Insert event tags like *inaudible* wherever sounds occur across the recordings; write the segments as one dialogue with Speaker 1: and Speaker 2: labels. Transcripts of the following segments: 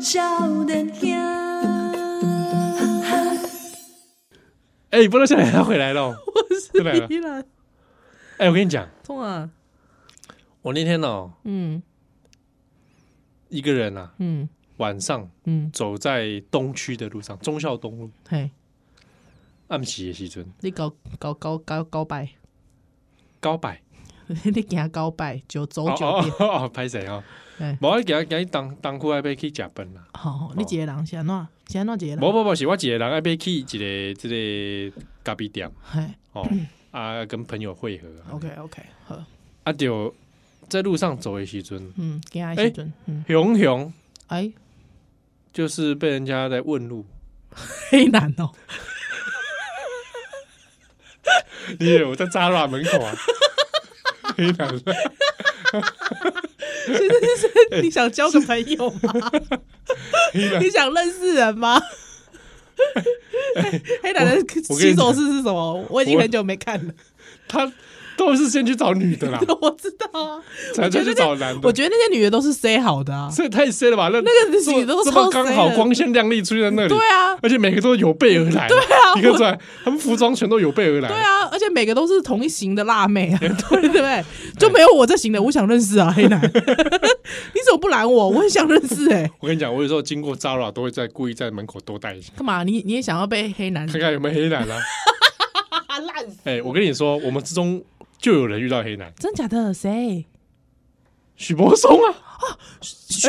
Speaker 1: 少年兄，
Speaker 2: 哎、波多少年他回来了，
Speaker 3: 我
Speaker 2: 又来了
Speaker 3: 是依兰，
Speaker 2: 哎、我跟你讲，
Speaker 3: 痛啊！
Speaker 2: 我那天哦，
Speaker 3: 嗯
Speaker 2: 一个人啊，
Speaker 3: 嗯
Speaker 2: 晚上
Speaker 3: 嗯，
Speaker 2: 走在东区的路上，忠孝东路
Speaker 3: 嘿，
Speaker 2: 暗时的时阵，
Speaker 3: 你搞搞搞搞搞拜， *laughs*
Speaker 2: 高摆
Speaker 3: 你给他搞拜，九走
Speaker 2: 哦
Speaker 3: 九
Speaker 2: 哦
Speaker 3: 遍，
Speaker 2: 哦哦，拍谁啊
Speaker 3: 哎？
Speaker 2: 无我行行当当区爱被去食饭啦，
Speaker 3: 好，你一个人是安怎？是安怎一个
Speaker 2: 哦无无
Speaker 3: 人？
Speaker 2: 无是我一个人爱被去一个即个咖啡店
Speaker 3: 嘿 *clears throat*
Speaker 2: 哦啊，跟朋友会合啊
Speaker 3: ，OK OK，好，
Speaker 2: 啊，就在路上走的时阵，
Speaker 3: 嗯，给他时阵，嗯，
Speaker 2: 熊熊
Speaker 3: 哎，
Speaker 2: 就是被人家在问路，
Speaker 3: 黑男哦，
Speaker 2: *laughs* 你以为我在扎拉门口
Speaker 3: *laughs*
Speaker 2: 啊，黑男
Speaker 3: 你想交个朋友吗？
Speaker 2: 哎 *laughs* 黑男
Speaker 3: 你想认识人吗？ *laughs* 黑男的
Speaker 2: 哎我跟你
Speaker 3: 起手式是什么？我已经很久没看了，
Speaker 2: 他都是先去找女的啦，
Speaker 3: *laughs* 我知道啊。
Speaker 2: 才再去找男的。
Speaker 3: 我觉得那些女的都是 say 好的啊，
Speaker 2: 这也太衰了吧？那
Speaker 3: 那个
Speaker 2: 这么
Speaker 3: 女的都
Speaker 2: 这
Speaker 3: 超
Speaker 2: 么刚好光鲜亮丽出现在那里，
Speaker 3: 对啊，
Speaker 2: 而且每个都有备而来。对
Speaker 3: 啊
Speaker 2: 你看出来，他们服装全都有备而来。
Speaker 3: 对啊，而且每个都是同一型的辣
Speaker 2: *laughs*
Speaker 3: 妹啊，对对不对？就没有我这型的，我想认识啊，黑
Speaker 2: *laughs*
Speaker 3: 男，你怎么不拦我？我很想认识哎、
Speaker 2: 我跟你讲，我有时候经过 Zara 都会在故意在门口多待一下，
Speaker 3: 干嘛？你你也想要被黑男
Speaker 2: 看看有没有黑男啊。
Speaker 3: *laughs* 烂死？
Speaker 2: 哎，我跟你说，我们之中就有人遇到黑男，
Speaker 3: 真假的？谁？
Speaker 2: 许柏松
Speaker 3: *laughs*
Speaker 2: 啊，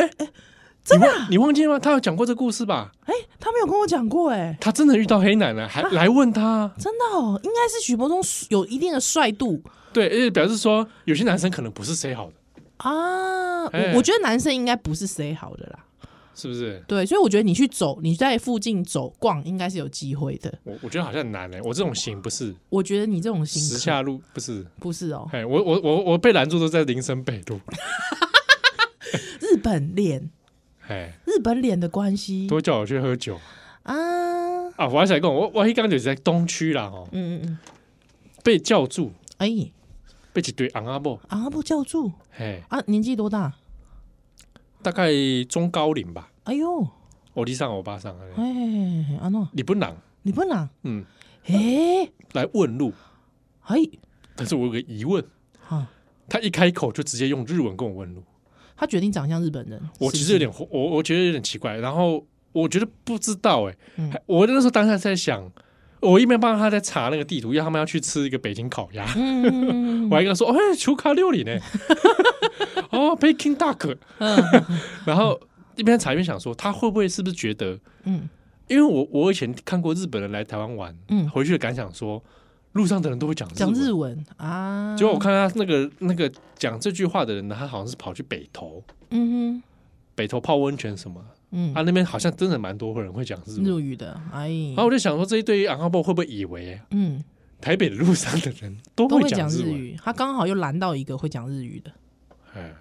Speaker 3: 哎、真的啊、
Speaker 2: 你忘记了吗？他有讲过这故事吧？
Speaker 3: 哎、他没有跟我讲过哎、
Speaker 2: 他真的遇到黑男了，还来问他。
Speaker 3: 真的哦，应该是许伯中有一定的帅度
Speaker 2: 对，而且表示说有些男生可能不是 say 好的，
Speaker 3: 啊。
Speaker 2: 哎
Speaker 3: 我我觉得男生应该不是 say 好的啦，
Speaker 2: 是不是？
Speaker 3: 对，所以我觉得你去走，你在附近走逛，应该是有机会的。
Speaker 2: 我我觉得好像很难哎，我这种型不是
Speaker 3: 我觉得你这种
Speaker 2: 时
Speaker 3: 心
Speaker 2: 下路不是。
Speaker 3: 不是哦，
Speaker 2: 哎，我我我我被拦住都在林森北路，
Speaker 3: 日本脸，
Speaker 2: 哎，
Speaker 3: 日本脸的关系
Speaker 2: 都叫我去喝酒
Speaker 3: 啊，嗯
Speaker 2: 啊！我还想跟我我一刚就是在东区啦哦，
Speaker 3: 嗯嗯，
Speaker 2: 被叫住，
Speaker 3: 哎、
Speaker 2: 被一堆昂阿伯，
Speaker 3: 啊不叫住
Speaker 2: 哎，
Speaker 3: 啊，年纪多大？
Speaker 2: 大概中高龄吧，
Speaker 3: 哎呦，
Speaker 2: 我弟上我爸上，哎
Speaker 3: 哎，阿诺，
Speaker 2: 你不能，
Speaker 3: 你啊不能，
Speaker 2: 嗯，
Speaker 3: 哎
Speaker 2: 来问路，
Speaker 3: 哎，
Speaker 2: 但是我有个疑问，
Speaker 3: 哈，
Speaker 2: 他一开口就直接用日文跟我问路，
Speaker 3: 他决定长相日本人，
Speaker 2: 我其
Speaker 3: 是不
Speaker 2: 实
Speaker 3: 是
Speaker 2: 有点我我觉得有点奇怪，然后我觉得不知道哎、
Speaker 3: 嗯
Speaker 2: 还我那时候当下在想，我一边帮他在查那个地图，要他们要去吃一个北京烤鸭，
Speaker 3: 嗯嗯
Speaker 2: *laughs*
Speaker 3: 嗯嗯
Speaker 2: 我还跟他说：“哎、球卡料理呢？ *laughs* 哦，Peking Duck。
Speaker 3: 嗯”
Speaker 2: 然后一边查一边想说，他会不会是不是觉得，
Speaker 3: 嗯
Speaker 2: 因为我我以前看过日本人来台湾玩，
Speaker 3: 嗯
Speaker 2: 回去的感想说，路上的人都会讲
Speaker 3: 讲
Speaker 2: 日
Speaker 3: 日
Speaker 2: 文。
Speaker 3: 文啊，
Speaker 2: 结果我看他那个那个讲这句话的人呢，他好像是跑去北投，
Speaker 3: 嗯哼
Speaker 2: 北投泡温泉什么，
Speaker 3: 嗯
Speaker 2: 啊，那边好像真的蛮多人会讲日文。
Speaker 3: 日语的，哎，
Speaker 2: 然后我就想说，这一对昂阿波会不会以为
Speaker 3: 嗯
Speaker 2: 台北的路上的人都
Speaker 3: 都
Speaker 2: 会
Speaker 3: 会
Speaker 2: 讲
Speaker 3: 讲
Speaker 2: 日
Speaker 3: 日
Speaker 2: 文？
Speaker 3: 语，他刚好又拦到一个会讲日语的，
Speaker 2: 哎，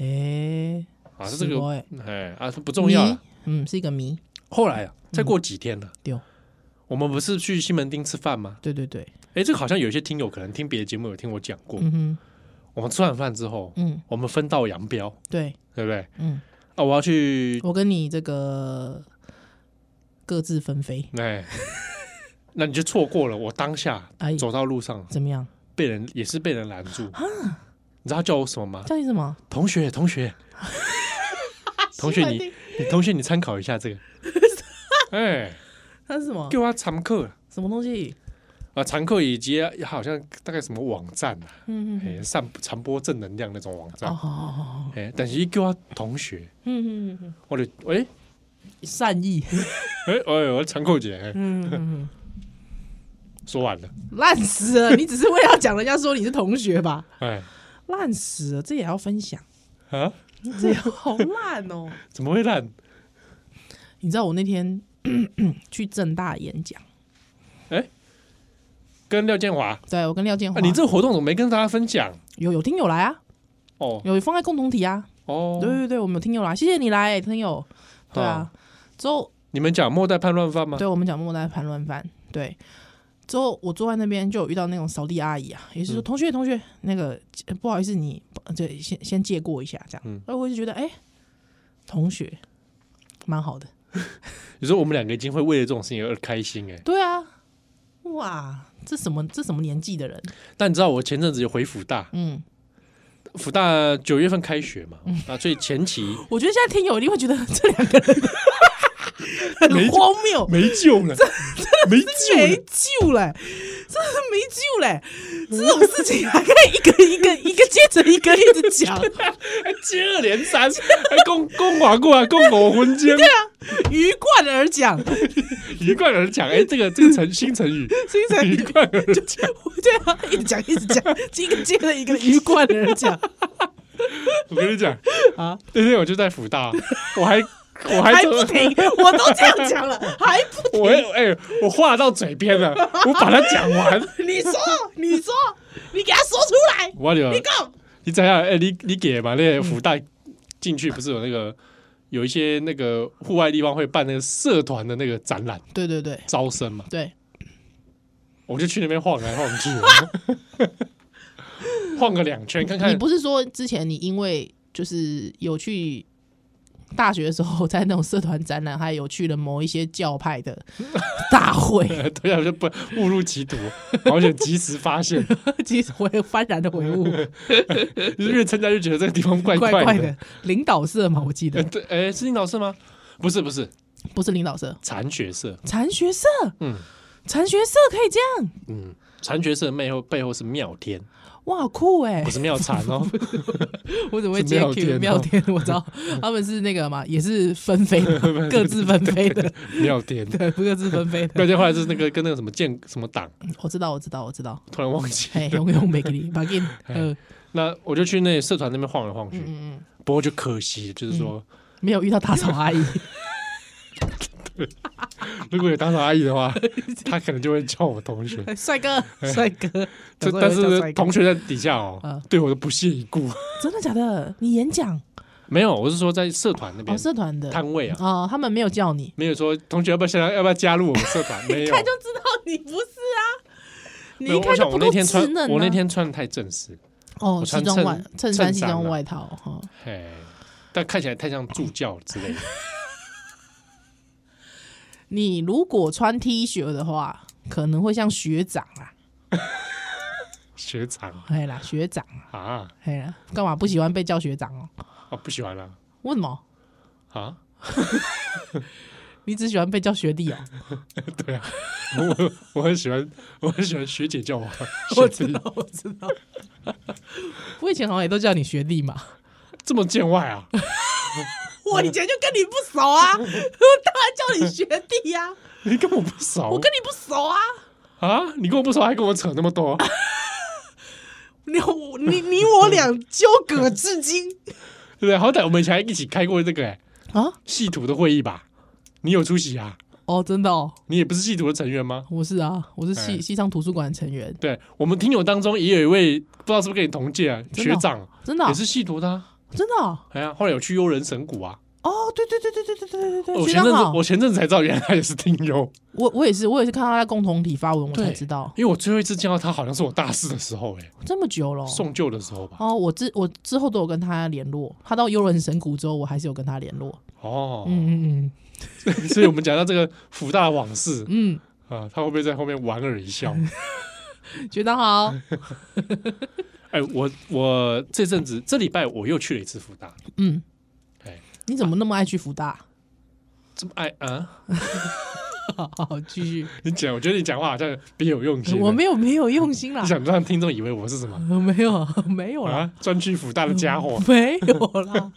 Speaker 3: 哎，
Speaker 2: 啊，这个
Speaker 3: 是哦哎
Speaker 2: 哎啊不重要
Speaker 3: 谜
Speaker 2: 了。，
Speaker 3: 嗯，是一个谜，
Speaker 2: 后来啊，再过几天呢，
Speaker 3: 嗯对哦
Speaker 2: 我们不是去西门町吃饭吗？
Speaker 3: 对对对，
Speaker 2: 哎，这个好像有一些听友可能听别的节目有听我讲过。
Speaker 3: 嗯哼
Speaker 2: 我们吃完饭之后，
Speaker 3: 嗯
Speaker 2: 我们分道扬镳，
Speaker 3: 对，
Speaker 2: 对不对？
Speaker 3: 嗯。
Speaker 2: 啊，我要去，
Speaker 3: 我跟你这个各自纷飞，
Speaker 2: 哎， *laughs* 那你就错过了。我当下
Speaker 3: 哎
Speaker 2: 走到路上，
Speaker 3: 怎么样？
Speaker 2: 被人也是被人拦住。你知道他叫我什么吗？
Speaker 3: 叫你什么？
Speaker 2: 同学，同
Speaker 3: *laughs*
Speaker 2: 学，同学，你
Speaker 3: 西门
Speaker 2: 你同学，你参考一下
Speaker 3: *laughs*
Speaker 2: 这个。哎，
Speaker 3: 那是什么
Speaker 2: 给？我常客
Speaker 3: 什么东西？
Speaker 2: 啊，常客以及好像大概什么网站啊，
Speaker 3: 嗯嗯
Speaker 2: 哎，散传播正能量那种网
Speaker 3: 嗯，
Speaker 2: 站
Speaker 3: 哦，。好好好，
Speaker 2: 哎，但是伊叫我同学，
Speaker 3: 嗯嗯嗯
Speaker 2: 我就哎
Speaker 3: 嗯，善意，
Speaker 2: 哎哎，我常扣姐，哎
Speaker 3: 嗯嗯嗯，
Speaker 2: 说完了，
Speaker 3: 烂死了！你只是为了要讲人家说你是同学吧？
Speaker 2: 哎
Speaker 3: 烂死了，这也要分享，
Speaker 2: 啊，
Speaker 3: 你这也好烂哦！
Speaker 2: 怎么会烂？
Speaker 3: 你知道我那天去正大演讲，
Speaker 2: 跟廖建华，啊，
Speaker 3: 对我跟廖建华，
Speaker 2: 你这活动怎么没跟大家分享？
Speaker 3: 有有听友来啊，
Speaker 2: 哦
Speaker 3: 有放在共同体啊，对
Speaker 2: 哦，
Speaker 3: 对对，我们有听友来，谢谢你来，听友，对啊，之后
Speaker 2: 你们讲末代叛乱犯吗？
Speaker 3: 对，我们讲莫奈盘乱饭。对，之后我坐在那边就有遇到那种扫地阿姨啊，也是
Speaker 2: 嗯
Speaker 3: 说、同学同学，那个呃不好意思，你呃对先先借过一下这样。
Speaker 2: 嗯
Speaker 3: 然后我就觉得哎、同学蛮好的。
Speaker 2: 你说我们两个已经会为了这种事情而开心哎、
Speaker 3: 对啊，哇，这什么这什么年纪的人？
Speaker 2: 但你知道我前阵子有回福大，
Speaker 3: 嗯，
Speaker 2: 福大九月份开学嘛，啊，所以前期
Speaker 3: 我觉得现在听友一定会觉得这两个人 *laughs* 很
Speaker 2: 没
Speaker 3: 荒谬，
Speaker 2: 没救了，没
Speaker 3: 没
Speaker 2: 救了，
Speaker 3: 救嘞，真的没救嘞！这种事情还可以一个一个一个接着一个一直讲，
Speaker 2: 还接二连三，还共共划过来，共我婚间，
Speaker 3: 啊鱼贯而讲，
Speaker 2: 一贯而讲，哎，这个这个成新成语，
Speaker 3: 所以才
Speaker 2: 一贯而讲，
Speaker 3: 对啊，一直讲一直讲，一个接着一个鱼贯而讲
Speaker 2: 我跟你讲，
Speaker 3: 啊，
Speaker 2: 那天我就在福大，我还我还
Speaker 3: 还不停，我都这样讲了，还不
Speaker 2: 我哎、我话到嘴边了，我把它讲完。
Speaker 3: 你说你说你给他说出来，
Speaker 2: 我就
Speaker 3: 你嗯讲
Speaker 2: 你怎样？哎、你你给嘛？那个福袋进去不是有那个有一些那个户外地方会办那个社团的那个展览
Speaker 3: 对对对
Speaker 2: 招生嘛？
Speaker 3: 对，
Speaker 2: 我就去那边晃来晃去， *laughs* 晃个两圈看
Speaker 3: 你
Speaker 2: 看。
Speaker 3: 不是说之前你因为就是有去大学的时候，在那种社团展览，还有去了某一些教派的大会，
Speaker 2: *laughs* 对啊，我就不误入歧途，而且及时发现， *laughs*
Speaker 3: 其实我也幡然的悔悟，
Speaker 2: 就是越参加越觉得这个地方怪
Speaker 3: 怪
Speaker 2: 的。
Speaker 3: 怪的。领导社嘛，我记
Speaker 2: 呃
Speaker 3: 得
Speaker 2: *laughs* 对，哎、是领导社吗？不是，不是
Speaker 3: 不是领导社，
Speaker 2: 残学社。
Speaker 3: 禅学社，
Speaker 2: 嗯
Speaker 3: 禅学社可以这样，
Speaker 2: 嗯，残学社的背后背后是妙天，
Speaker 3: 哇，好酷哎
Speaker 2: 不！是妙禅哦。
Speaker 3: *laughs* 我怎么会接
Speaker 2: 是妙
Speaker 3: Q
Speaker 2: 天
Speaker 3: 妙
Speaker 2: 哦 *laughs*
Speaker 3: 天？我知道他们是那个嘛，也是分飞的，各自分
Speaker 2: *laughs*
Speaker 3: 飞的，
Speaker 2: 妙天，
Speaker 3: 对，各自分飞
Speaker 2: 妙 *laughs*
Speaker 3: 的。
Speaker 2: 天后来是那个跟那个什么建什么党，
Speaker 3: 我知道，我知道，我知道。
Speaker 2: 突然忘记。
Speaker 3: 嘿，用用美给你，把给你，呃，
Speaker 2: 那我就去那社团那边晃来晃去，
Speaker 3: 嗯嗯嗯。
Speaker 2: 不过就可惜，就是说、
Speaker 3: 没有遇到打扫阿姨，嗯
Speaker 2: 如果有打扫阿姨的话，她可能就会叫我同学。
Speaker 3: 帅哥，帅哥，
Speaker 2: 这
Speaker 3: 有时候
Speaker 2: 但
Speaker 3: 也会叫
Speaker 2: 是
Speaker 3: 帅哥
Speaker 2: 同学在底下哦，
Speaker 3: 嗯
Speaker 2: 对我都不屑一顾。
Speaker 3: 真的假的？你演讲
Speaker 2: *laughs* 没有，我是说在社团那边
Speaker 3: 哦，社团的
Speaker 2: 摊位啊，
Speaker 3: 哦，他们没有叫你，
Speaker 2: 没有说同学要不要现在要不要加入我们社
Speaker 3: *laughs*
Speaker 2: 团？没有
Speaker 3: 看，就知道你不是啊，你
Speaker 2: 没有
Speaker 3: 一看
Speaker 2: 我想
Speaker 3: 就不
Speaker 2: 我
Speaker 3: 够
Speaker 2: 那天
Speaker 3: 稚
Speaker 2: 穿
Speaker 3: 嫩啊。
Speaker 2: 我那天穿的太正式，
Speaker 3: 哦，
Speaker 2: 我
Speaker 3: 西
Speaker 2: 穿
Speaker 3: 装
Speaker 2: 衬
Speaker 3: 外衬衫、
Speaker 2: 衬
Speaker 3: 西
Speaker 2: 衫
Speaker 3: 装
Speaker 2: 啊
Speaker 3: 外套哦哈。
Speaker 2: 嘿，但看起来太像助教之类的。 *laughs*
Speaker 3: 你如果穿 T 恤的话，可能会像学长啦，
Speaker 2: 学长
Speaker 3: 哎啦，学长，
Speaker 2: 啊
Speaker 3: 哎啦，干嘛不喜欢被叫学长哦？
Speaker 2: 啊，不喜欢了
Speaker 3: 为什么？
Speaker 2: 啊！
Speaker 3: 你只喜欢被叫学弟哦？
Speaker 2: 对啊，我我很喜欢， *laughs* 我很喜欢学姐叫我 *laughs* 学
Speaker 3: 我知
Speaker 2: 弟，
Speaker 3: 道，我知道。我以前好像也都叫你学弟嘛。
Speaker 2: 这么见外
Speaker 3: *laughs*
Speaker 2: 啊！
Speaker 3: 我以前就跟你不熟啊， *laughs* 我当然叫你学弟呀、
Speaker 2: 你跟我不熟，
Speaker 3: 我跟你不熟啊。
Speaker 2: 啊，你跟我不熟还跟我扯那么多，
Speaker 3: 你我你你我俩纠葛至今
Speaker 2: 对不对？好歹我们以前还一起开过这个哎
Speaker 3: *laughs* 啊！
Speaker 2: 系图的会议吧？你有出席啊？
Speaker 3: 哦，真的哦，
Speaker 2: 你也不是系图的成员吗？
Speaker 3: 我是啊，我是西
Speaker 2: 哎
Speaker 3: 西昌图书馆成员，
Speaker 2: 对我们听友当中也有一位不知道是不是跟你同届啊，
Speaker 3: 真的哦
Speaker 2: 学长
Speaker 3: 真的哦、
Speaker 2: 也是系图的啊。
Speaker 3: 真的哦，
Speaker 2: 哎呀，后来有去悠人神谷啊！哦
Speaker 3: 哦，对对对对对对对对对，
Speaker 2: 我
Speaker 3: 哦学
Speaker 2: 前
Speaker 3: 长
Speaker 2: 阵子
Speaker 3: 好，
Speaker 2: 我前阵子才知道，原来他也是听友，
Speaker 3: 我我也是，我也是看到他在共同体发文，我才
Speaker 2: 对
Speaker 3: 知道
Speaker 2: 因为我最后一次见到他好像是我大四的时候，哎，
Speaker 3: 这么久了哦。
Speaker 2: 送旧的时候吧。
Speaker 3: 哦，我之我之后都有跟他联络，他到幽人神谷之后，我还是有跟他联络。
Speaker 2: 哦，
Speaker 3: 嗯嗯
Speaker 2: *laughs* 所以我们讲到这个福大往事
Speaker 3: 嗯
Speaker 2: 啊，他会不会在后面莞尔一笑？
Speaker 3: 嗯，学
Speaker 2: *laughs*
Speaker 3: 长好，
Speaker 2: 哎，我我这阵子这礼拜我又去了一次福大，
Speaker 3: 嗯，
Speaker 2: 哎，
Speaker 3: 你怎么那么爱去福大？
Speaker 2: 这么爱啊？
Speaker 3: 好好，继续。
Speaker 2: 你讲，我觉得你讲话好像别有用心。
Speaker 3: *laughs*
Speaker 2: 啊
Speaker 3: 我没有啊没有用心
Speaker 2: *laughs*
Speaker 3: 啦
Speaker 2: 你，想让听众以为我是什么
Speaker 3: 呃没有没有啦，
Speaker 2: 啊？专去福大的家伙？
Speaker 3: 没有
Speaker 2: *laughs*
Speaker 3: 啦，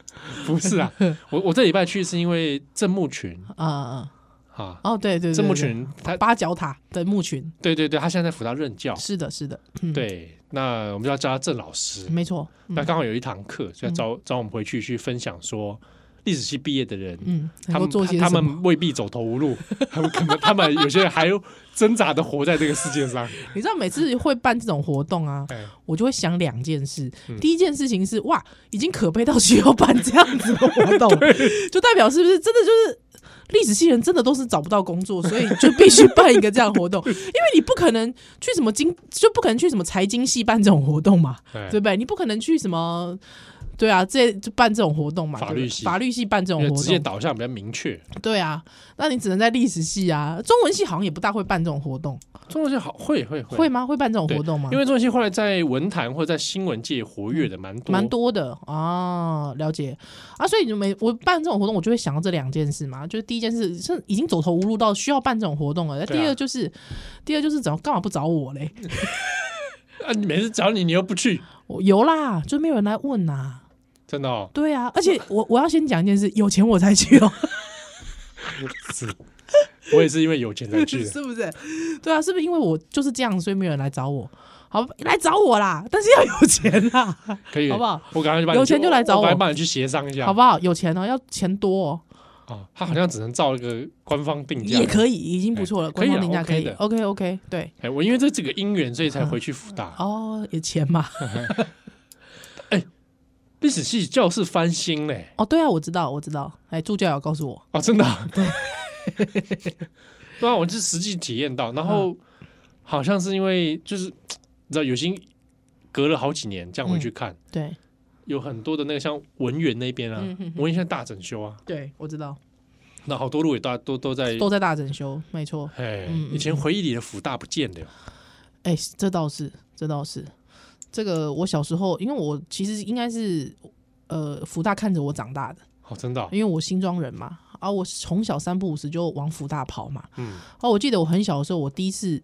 Speaker 2: 不是
Speaker 3: *laughs*
Speaker 2: 啊，我我这礼拜去是因为郑木群
Speaker 3: 啊啊
Speaker 2: 啊，
Speaker 3: 哦对对，对
Speaker 2: 郑木，
Speaker 3: 对
Speaker 2: 群他
Speaker 3: 八角塔的木群，
Speaker 2: 对对对，他现在在福大任教，
Speaker 3: 是的，是的，嗯，
Speaker 2: 对，那我们就要叫他郑老师。
Speaker 3: 没错，嗯
Speaker 2: 那刚好有一堂课，就要找找我们回去去分享说历史系毕业的人
Speaker 3: 嗯，
Speaker 2: 他
Speaker 3: 能够
Speaker 2: 们
Speaker 3: 做些
Speaker 2: 他
Speaker 3: 什么？
Speaker 2: 们未必走投无路， *laughs* 他们可能他们有些人还挣扎的活在这个世界
Speaker 3: *laughs*
Speaker 2: 上。
Speaker 3: 你知道每次会办这种活动啊，
Speaker 2: 哎，
Speaker 3: 我就会想两件事。
Speaker 2: 嗯
Speaker 3: 第一件事情是，哇，已经可悲到需要办这样子的活
Speaker 2: *laughs*
Speaker 3: 动，就代表是不是真的就是历史系人真的都是找不到工作，所以就必须办一个这样的
Speaker 2: *laughs*
Speaker 3: 活动，因为你不可能去什么经，就不可能去什么财经系办这种活动嘛，
Speaker 2: 哎
Speaker 3: 对不对？你不可能去什么。对啊，这就办这种活动嘛，
Speaker 2: 法
Speaker 3: 对不
Speaker 2: 律
Speaker 3: 对
Speaker 2: 系
Speaker 3: 法律系办这种
Speaker 2: 因为
Speaker 3: 活
Speaker 2: 职业
Speaker 3: 动，
Speaker 2: 导向比较明确。
Speaker 3: 对啊，那你只能在历史系啊，中文系好像也不大会办这种活动，
Speaker 2: 中文系好会会会
Speaker 3: 会吗？会办这种活动吗？
Speaker 2: 因为中文系后来在文坛或者在新闻界活跃的蛮多，
Speaker 3: 蛮多的啊，了解啊，所以你每我办这种活动，我就会想到这两件事嘛，就是第一件事是已经走投无路到需要办这种活动了，
Speaker 2: 对啊
Speaker 3: 第二就是第二就是怎么干嘛不找我嘞？
Speaker 2: *laughs* 啊！你每次找你，你又不去，
Speaker 3: 我有啦，就没有人来问呐、
Speaker 2: 真的哦。
Speaker 3: 对啊，而且我 *laughs* 我要先讲一件事，有钱我才去哦，
Speaker 2: 我也是因为有钱才去的。
Speaker 3: *laughs* 是不是？对啊，是不是因为我就是这样，所以没有人来找我？好，来找我啦，但是要有钱啊
Speaker 2: *laughs*
Speaker 3: 啦，
Speaker 2: 可以，
Speaker 3: 好不好？
Speaker 2: 我赶快就把你
Speaker 3: 有钱就来找我
Speaker 2: 我，赶快帮你去协商一下，
Speaker 3: 好不好？有钱哦，要钱多哦，
Speaker 2: 哦，他好像只能照一个官方定价，
Speaker 3: 也可以，已经不错了。
Speaker 2: 哎可以
Speaker 3: 官
Speaker 2: 啊
Speaker 3: 方定价可以
Speaker 2: OK
Speaker 3: ，OK OK，对，
Speaker 2: 哎，我因为这这个因缘，所以才回去福大。
Speaker 3: 哦，也钱嘛，
Speaker 2: 历史系教室翻新嘞，
Speaker 3: 哦，对啊，我知道，我知道，哎，助教有告诉我，
Speaker 2: 哦，真的
Speaker 3: *laughs*
Speaker 2: 啊、对啊，我是实际体验到，然
Speaker 3: 嗯
Speaker 2: 后好像是因为就是你知道，有些隔了好几年这样回去看，
Speaker 3: 对
Speaker 2: 有很多的那个像文员那边啊，
Speaker 3: 嗯哼哼
Speaker 2: 文员现在大整修啊，
Speaker 3: 对，我知道，
Speaker 2: 那好多路也大都都在。
Speaker 3: 都在大整修，没错，
Speaker 2: 哎，
Speaker 3: 嗯嗯
Speaker 2: 以前回忆里的福大不见了，
Speaker 3: 哎，这倒是，这倒是，这个我小时候，因为我其实应该是呃福大看着我长大的，
Speaker 2: 哦，真的哦、
Speaker 3: 因为我新庄人嘛，啊，我从小三不五时就往福大跑嘛，
Speaker 2: 嗯，
Speaker 3: 哦，我记得我很小的时候，我第一次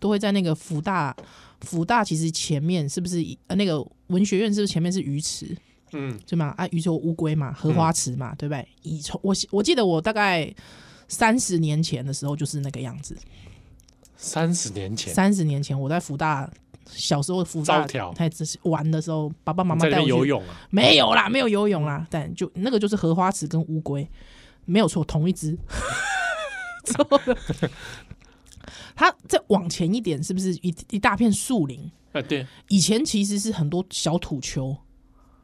Speaker 3: 都会在那个福大，福大其实前面是不是呃那个文学院是不是前面是鱼池？
Speaker 2: 嗯，
Speaker 3: 对嘛？啊，宇宙乌龟嘛，荷花池嘛，对不对？以从我我记得我大概三十年前的时候就是那个样子。
Speaker 2: 三十年前
Speaker 3: 三十年前我在福大小时候福大
Speaker 2: 招条
Speaker 3: 哎，只是玩的时候，爸爸妈妈
Speaker 2: 在那
Speaker 3: 带我
Speaker 2: 边
Speaker 3: 去
Speaker 2: 游泳啊，
Speaker 3: 没有啦，没有游泳啦，但就那个就是荷花池跟乌龟，没有错，同一只。 *laughs* 之后呢，它再往前一点，是不是一一大片树林？
Speaker 2: 啊，对，
Speaker 3: 以前其实是很多小土丘，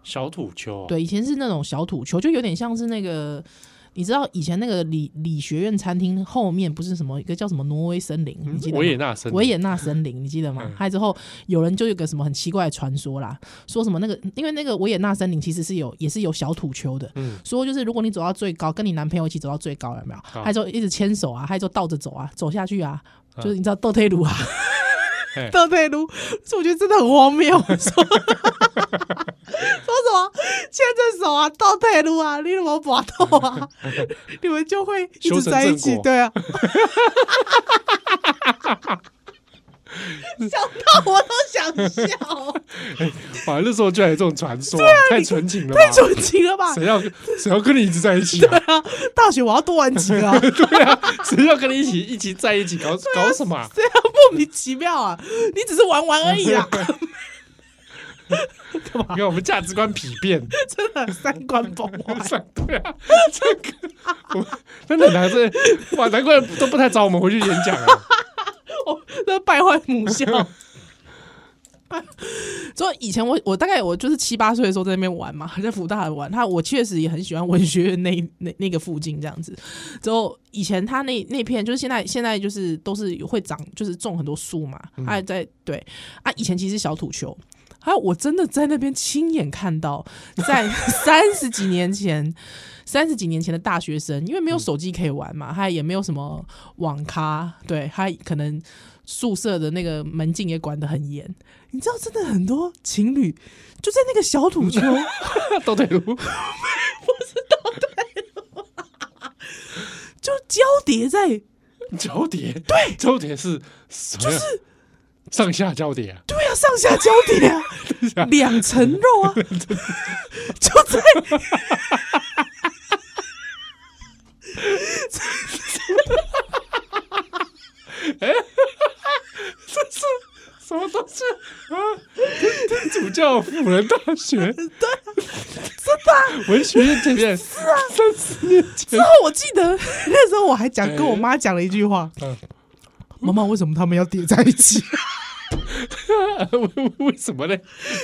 Speaker 2: 小土丘、啊，
Speaker 3: 对，以前是那种小土丘，就有点像是那个，你知道以前那个理理学院餐厅后面不是什么一个叫什么挪威森林，你记得吗
Speaker 2: 嗯维也纳森林
Speaker 3: 维也纳森林，你记得吗
Speaker 2: 嗯？
Speaker 3: 还有之后有人就有个什么很奇怪的传说啦，说什么那个因为那个维也纳森林其实是有也是有小土丘的，
Speaker 2: 嗯
Speaker 3: 说就是如果你走到最高，跟你男朋友一起走到最高，有没有？还有之后一直牵手啊，还有之后倒着走啊，走下去啊，
Speaker 2: 嗯
Speaker 3: 就是你知道倒退路啊
Speaker 2: 嘿，
Speaker 3: *laughs* 倒退路，所以我觉得真的很荒谬，说说什么牵着手啊，倒退路啊，你怎么搏斗啊？ *laughs* 你们就会一直在
Speaker 2: 修成正
Speaker 3: 一起，
Speaker 2: 果
Speaker 3: 对啊。 *laughs* 想到我都想笑，
Speaker 2: 哇，那时候居然有这种传说、啊，太纯情了吧？
Speaker 3: 太纯情了
Speaker 2: *laughs*
Speaker 3: 吧？
Speaker 2: 谁要谁要跟你一直在一起啊？
Speaker 3: 啊，大学我要多玩几个、啊， *laughs*
Speaker 2: 对啊，谁要跟你一起一起在一起搞搞什么啊、
Speaker 3: 对啊，莫名其妙啊！你只是玩玩而已啊， *laughs*
Speaker 2: 你看我们价值观疲变， *laughs*
Speaker 3: 真的三观崩坏。
Speaker 2: 对啊，这个我真的难这哇，难怪都不太找我们回去演讲啊。 *laughs*
Speaker 3: 哦，那败坏母校。哎所以以前我我大概我就是七八岁的时候在那边玩嘛，在福大玩。他我确实也很喜欢文学院那 *laughs* 那那个附近这样子。之后以前他那那片就是现在现在就是都是会长就是种很多树嘛，还、有在对啊，以前其实小土丘。还有我真的在那边亲眼看到，在三十几年前，三十几年前的大学生，因为没有手机可以玩嘛，还也没有什么网咖，对，还可能宿舍的那个门禁也管得很严。你知道，真的很多情侣就在那个小土丘，
Speaker 2: 斗退 *laughs* 路，
Speaker 3: 就交叠在，对
Speaker 2: 交叠，对，交叠是就是上下交叠啊，
Speaker 3: 啊，上下交叠啊，两层肉啊，就在。哦
Speaker 2: 什么东西啊？天主教辅仁大
Speaker 3: *laughs*
Speaker 2: 学，
Speaker 3: 真的啊、啊
Speaker 2: 文学院前
Speaker 3: *laughs*
Speaker 2: 面，三十年前
Speaker 3: 之，后我记得那时候我还讲跟我妈讲了一句话
Speaker 2: 嗯。
Speaker 3: 妈妈，为什么他们要叠在一起？
Speaker 2: 啊为为什么呢？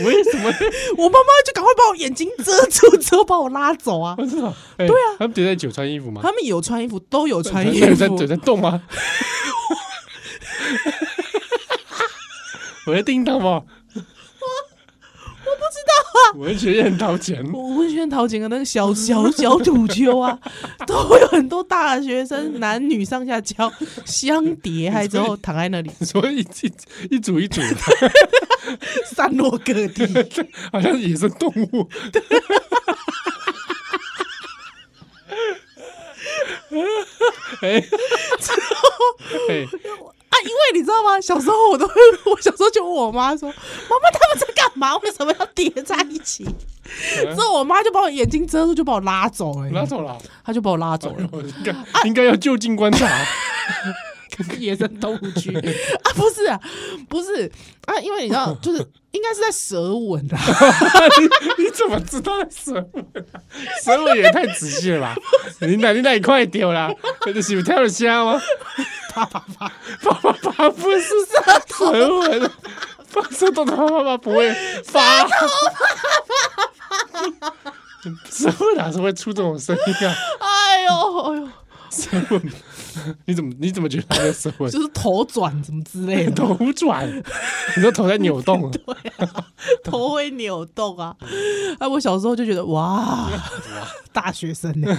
Speaker 2: 为什么呢？
Speaker 3: 我妈妈就赶快把我眼睛遮住，之后把我拉走啊！
Speaker 2: 我知道，对啊，他们叠在一起有穿衣服吗？
Speaker 3: 他们有穿衣服，都有穿衣
Speaker 2: 有在
Speaker 3: 服
Speaker 2: 有，在动
Speaker 3: *laughs*
Speaker 2: 吗？我在叮当吗？
Speaker 3: 我不知道啊，
Speaker 2: 文学院掏钱， *laughs*
Speaker 3: *laughs* 我文轩桃景的那个小小小土丘 *laughs* 啊，都会有很多大学生男女上下交相叠，还之后躺在那里
Speaker 2: 所以一一一组一组的，
Speaker 3: 散落各地。
Speaker 2: *laughs* 好像野生动物。 *laughs* 哎哎，
Speaker 3: 啊，因为你知道吗？小时候我都会， *laughs* 我小时候就问我妈说：“妈妈他们在干嘛？为什么要叠在一起？”之后我妈就把我眼睛遮住，就把我嗯拉走了、
Speaker 2: 拉走了，
Speaker 3: 她就把我拉走 *laughs* 了。
Speaker 2: 我 *laughs* 应该应该要就近观察。
Speaker 3: *laughs* 野生动物区啊，不是啊，不是啊，因为你知道，就是应该是在舌吻 *laughs* 啊，
Speaker 2: *laughs* 你怎么知道舌吻、啊？舌吻也太仔细了 *laughs* 吧！你哪你哪里快点啦？这是有跳哦了虾吗？
Speaker 3: 啪啪啪，
Speaker 2: 爸爸爸不是啊舌吻，放舌头的爸爸爸不会发。舌吻哪是会出这种声音啊？
Speaker 3: 哎呦哎呦，
Speaker 2: 舌吻， *laughs* 你怎么你怎么觉得他在舌 *laughs* 吻？
Speaker 3: 就是头转什么之类的，
Speaker 2: 头转，你说头在扭动， *laughs*
Speaker 3: 头会扭动啊。
Speaker 2: 嗯
Speaker 3: 哎、我小时候就觉得哇， *laughs* 大学生呢、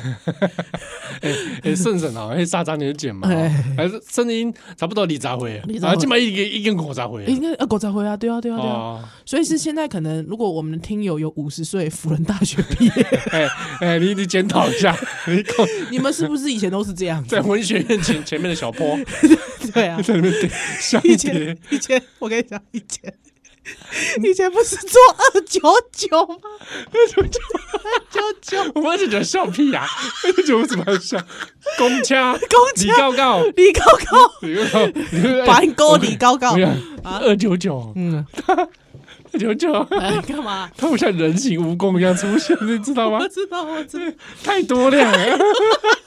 Speaker 2: *laughs* 哎，圣神啊，哎，沙渣你就剪嘛
Speaker 3: 哎，
Speaker 2: 还是声音差不多二十啊回，
Speaker 3: 二十岁
Speaker 2: 然后起码一个一根五十回
Speaker 3: 应该呃狗仔回啊，对啊对啊对啊。
Speaker 2: 哦，
Speaker 3: 所以是现在可能，如果我们的听友有五十岁辅仁大学毕
Speaker 2: *laughs*
Speaker 3: 业，
Speaker 2: 哎哎，你你检讨一 *laughs* 下，你搞
Speaker 3: 你们是不是以前都是这样子？
Speaker 2: 在文学院前前面的小坡
Speaker 3: 对啊，
Speaker 2: 在那边点相
Speaker 3: 以
Speaker 2: 叠
Speaker 3: 前，以前我跟你讲，以
Speaker 2: *laughs*
Speaker 3: 前以前不是做二九九吗？二九九，
Speaker 2: *laughs* 我们就觉得笑屁呀、啊，就觉得我怎么要笑？公掐，
Speaker 3: 公车
Speaker 2: 你告告， *laughs*
Speaker 3: 李高高，
Speaker 2: 你告告，
Speaker 3: 板沟李高高
Speaker 2: 不，要二九九
Speaker 3: 嗯，
Speaker 2: 二九九，
Speaker 3: 哎干嘛？
Speaker 2: 他们像人形蜈蚣一样出现，你知道吗
Speaker 3: 我？知道，我知道，
Speaker 2: 太多辆了，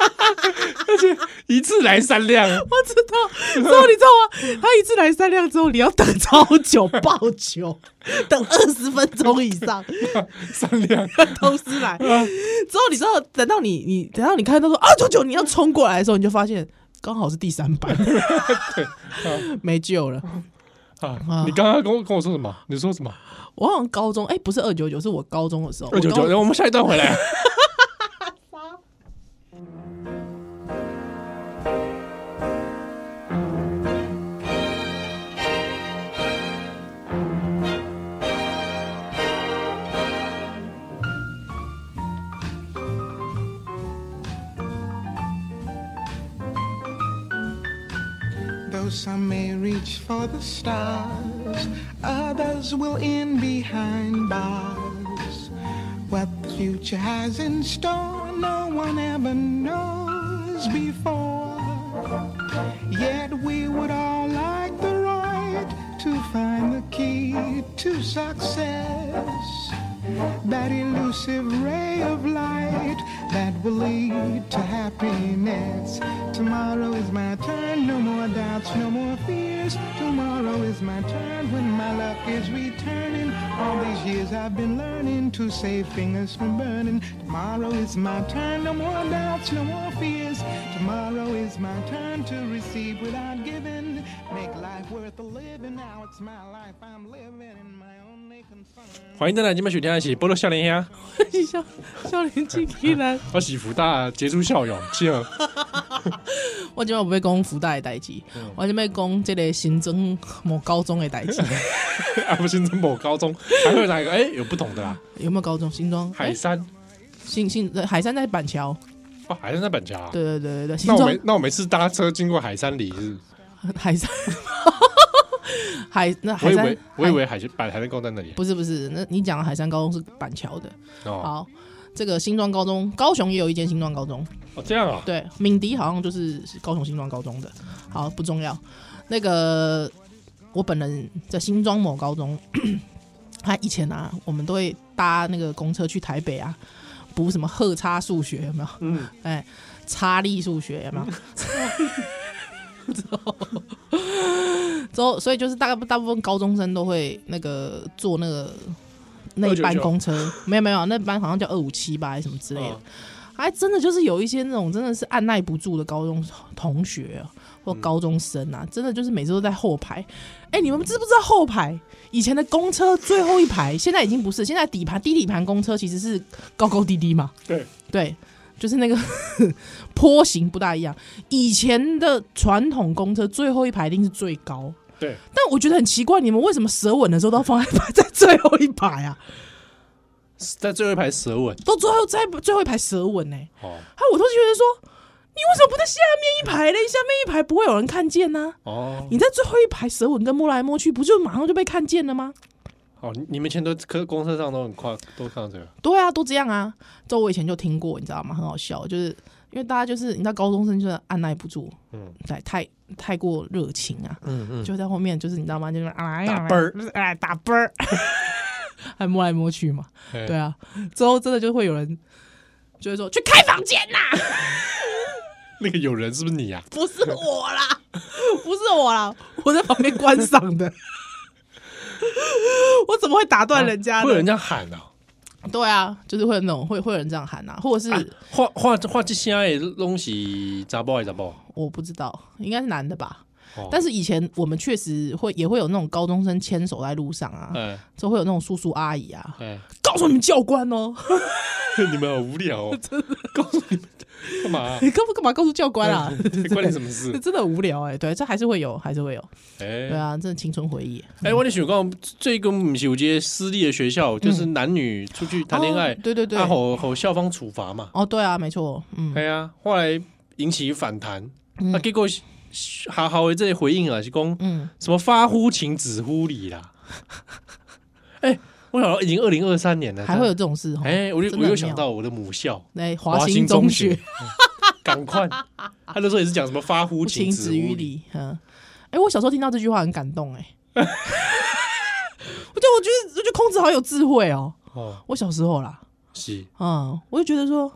Speaker 2: 而且一次来三辆，
Speaker 3: 我知道。之后你知道吗？他一次来三辆之后，你要等超久，爆久，等二十分钟以上。
Speaker 2: 三辆，
Speaker 3: 偷师来。之后你知道，等到你你等到你看到说啊九九你要冲过来的时候，你就发现刚好是第三 *laughs* 版， *laughs* 没救了。
Speaker 2: 啊！你刚刚跟我跟我说什么？你说什么？
Speaker 3: 我好像高中哎、不是二九九，是我高中的时候。
Speaker 2: 二九九，
Speaker 3: 我高
Speaker 2: 我们下一段回来。
Speaker 1: Though some may reach for the stars, others will end behind bars. What the future has in store, no one ever knows before. Yet we would all like the right to find the key to success. That elusive ray of light that will lead to happiness. Tomorrow is my turn, no more doubts, no more fears. Tomorrow is my turn when my luck is returning. All these years I've been learning to save fingers from burning. Tomorrow is my turn, no more doubts, no more fears. Tomorrow is my turn to receive without giving. Make life worth a living. Now it's my life I'm living in my only concern.
Speaker 2: 欢迎大家今晚收听的是《波多笑脸呀》，
Speaker 3: 中笑笑脸进依然，
Speaker 2: 我是福大杰出校友，谢谢。
Speaker 3: 我今晚不被讲福大的代志，我今晚讲这个新增某高中的代 *laughs* 志，
Speaker 2: *laughs* 啊，不新中某高中还会有哪一个？哎、有不同的啦，
Speaker 3: 有没有高中新庄？
Speaker 2: 海
Speaker 3: 哎
Speaker 2: 山
Speaker 3: 新新海山在板桥，
Speaker 2: 哦，海山在板桥、啊。
Speaker 3: 对对对对对，新
Speaker 2: 那我
Speaker 3: 庄
Speaker 2: 每那我每次搭车经过海山里，是
Speaker 3: 海山，海那
Speaker 2: 我
Speaker 3: 海
Speaker 2: 以
Speaker 3: 山
Speaker 2: 为，我以为海板海山高在那里
Speaker 3: 不是不是，那你讲的海山高中是板桥的。
Speaker 2: 哦
Speaker 3: 好，这个新庄高中，高雄也有一间新庄高中，
Speaker 2: 哦这样啊，
Speaker 3: 对，敏迪好像就是高雄新庄高中的。好，不重要。那个我本人在新庄某高中， *clears throat* 他以前啊，我们都会搭那个公车去台北啊，补什么赫差数学有没有？
Speaker 2: 嗯，
Speaker 3: 哎，差力数学有没有？ *laughs* 之后，之后，所以就是大概大部分高中生都会那个坐那个那一班
Speaker 2: 299
Speaker 3: 公车，没有没有，那班好像叫二五七吧，还是什么之类的。
Speaker 2: 嗯
Speaker 3: 还真的就是有一些那种真的是按耐不住的高中同学、啊、或高中生啊，真的就是每次都在后排。哎、你们知不知道后排以前的公车最后一排，现在已经不是，现在底盘低底盘公车其实是高高低低嘛，
Speaker 2: 对，
Speaker 3: 对，就是那个 *laughs* 坡形不大一样。以前的传统公车最后一排一定是最高，
Speaker 2: 对，
Speaker 3: 但我觉得很奇怪，你们为什么舌吻的时候都要放在在最后一排啊？
Speaker 2: 在最后一排舌吻
Speaker 3: 都最后在最后一排舌吻呢、
Speaker 2: 哦
Speaker 3: 还有我都觉得说，你为什么不在下面一排嘞？下面一排不会有人看见呢、
Speaker 2: 哦，
Speaker 3: 你在最后一排舌吻跟摸来摸去，不就马上就被看见了吗？
Speaker 2: 好，你你们以前都科公车上都很快都看到这个，
Speaker 3: 对啊，都这样啊。这我以前就听过，你知道吗？很好笑，就是因为大家就是你知道高中生就是按耐不住，
Speaker 2: 嗯
Speaker 3: 对，太太过热情啊，
Speaker 2: 嗯嗯，
Speaker 3: 就在后面就是你知道吗？就是啊
Speaker 2: 打啵儿，
Speaker 3: 哎打啵儿， *laughs* 还摸来摸去嘛。
Speaker 2: 哎
Speaker 3: 对啊，之后真的就会有人就会说去开房间呐、
Speaker 2: 那个有人是不是你啊？
Speaker 3: 不是我啦，不是我啦， *laughs* 我在旁边观赏的。 *laughs* 我怎么会打断人家
Speaker 2: 会有
Speaker 3: 呢？
Speaker 2: 人这样喊啊？
Speaker 3: 对啊，就是会有那种会会有人这样喊啊，或者是、
Speaker 2: 画画画这些的东西杂包还杂包，
Speaker 3: 我不知道，应该是男的吧。
Speaker 2: 哦
Speaker 3: 但是以前我们确实会也会有那种高中生牵手在路上啊，
Speaker 2: 哎
Speaker 3: 就会有那种叔叔阿姨啊，
Speaker 2: 哎， *laughs*
Speaker 3: 告诉你们教官哦， *laughs*
Speaker 2: 你们好无聊哦，告诉你们干嘛
Speaker 3: *laughs*
Speaker 2: 啊？
Speaker 3: 你干嘛干嘛告诉教官啊？
Speaker 2: 关你什么事
Speaker 3: *laughs* 这？真的很无聊哎、对，这还是会有，还是会有，对
Speaker 2: 哎
Speaker 3: 啊，真的青春回忆。
Speaker 2: 哎，我的想讲，最近不是有些私立的学校，就是男女出去谈恋爱
Speaker 3: 嗯哦，对对对
Speaker 2: 啊，吼吼校方处罚嘛。
Speaker 3: 哦，对啊，没错，嗯，
Speaker 2: 哎呀，后来引起反弹，
Speaker 3: 嗯
Speaker 2: 啊，结果是是好好的这些回应啊，是讲
Speaker 3: 嗯，
Speaker 2: 什么发乎情，止乎礼啦。 *laughs* 哎，我想到已经二零二三年了，
Speaker 3: 还会有这种事哦。
Speaker 2: 哎，我就
Speaker 3: 真的
Speaker 2: 我又
Speaker 3: 很
Speaker 2: 想
Speaker 3: 妙
Speaker 2: 到我的母校。
Speaker 3: 来华兴中学，，
Speaker 2: *laughs* 赶快！他那时候也是讲什么发乎
Speaker 3: 不
Speaker 2: 情
Speaker 3: 情
Speaker 2: 止
Speaker 3: 止于
Speaker 2: 于理，
Speaker 3: 理。嗯，哎、我小时候听到这句话很感动、哎， *laughs* 我就我觉得我觉得孔子好有智慧哦。
Speaker 2: 哦，
Speaker 3: 我小时候啦，
Speaker 2: 是
Speaker 3: 嗯，我就觉得说，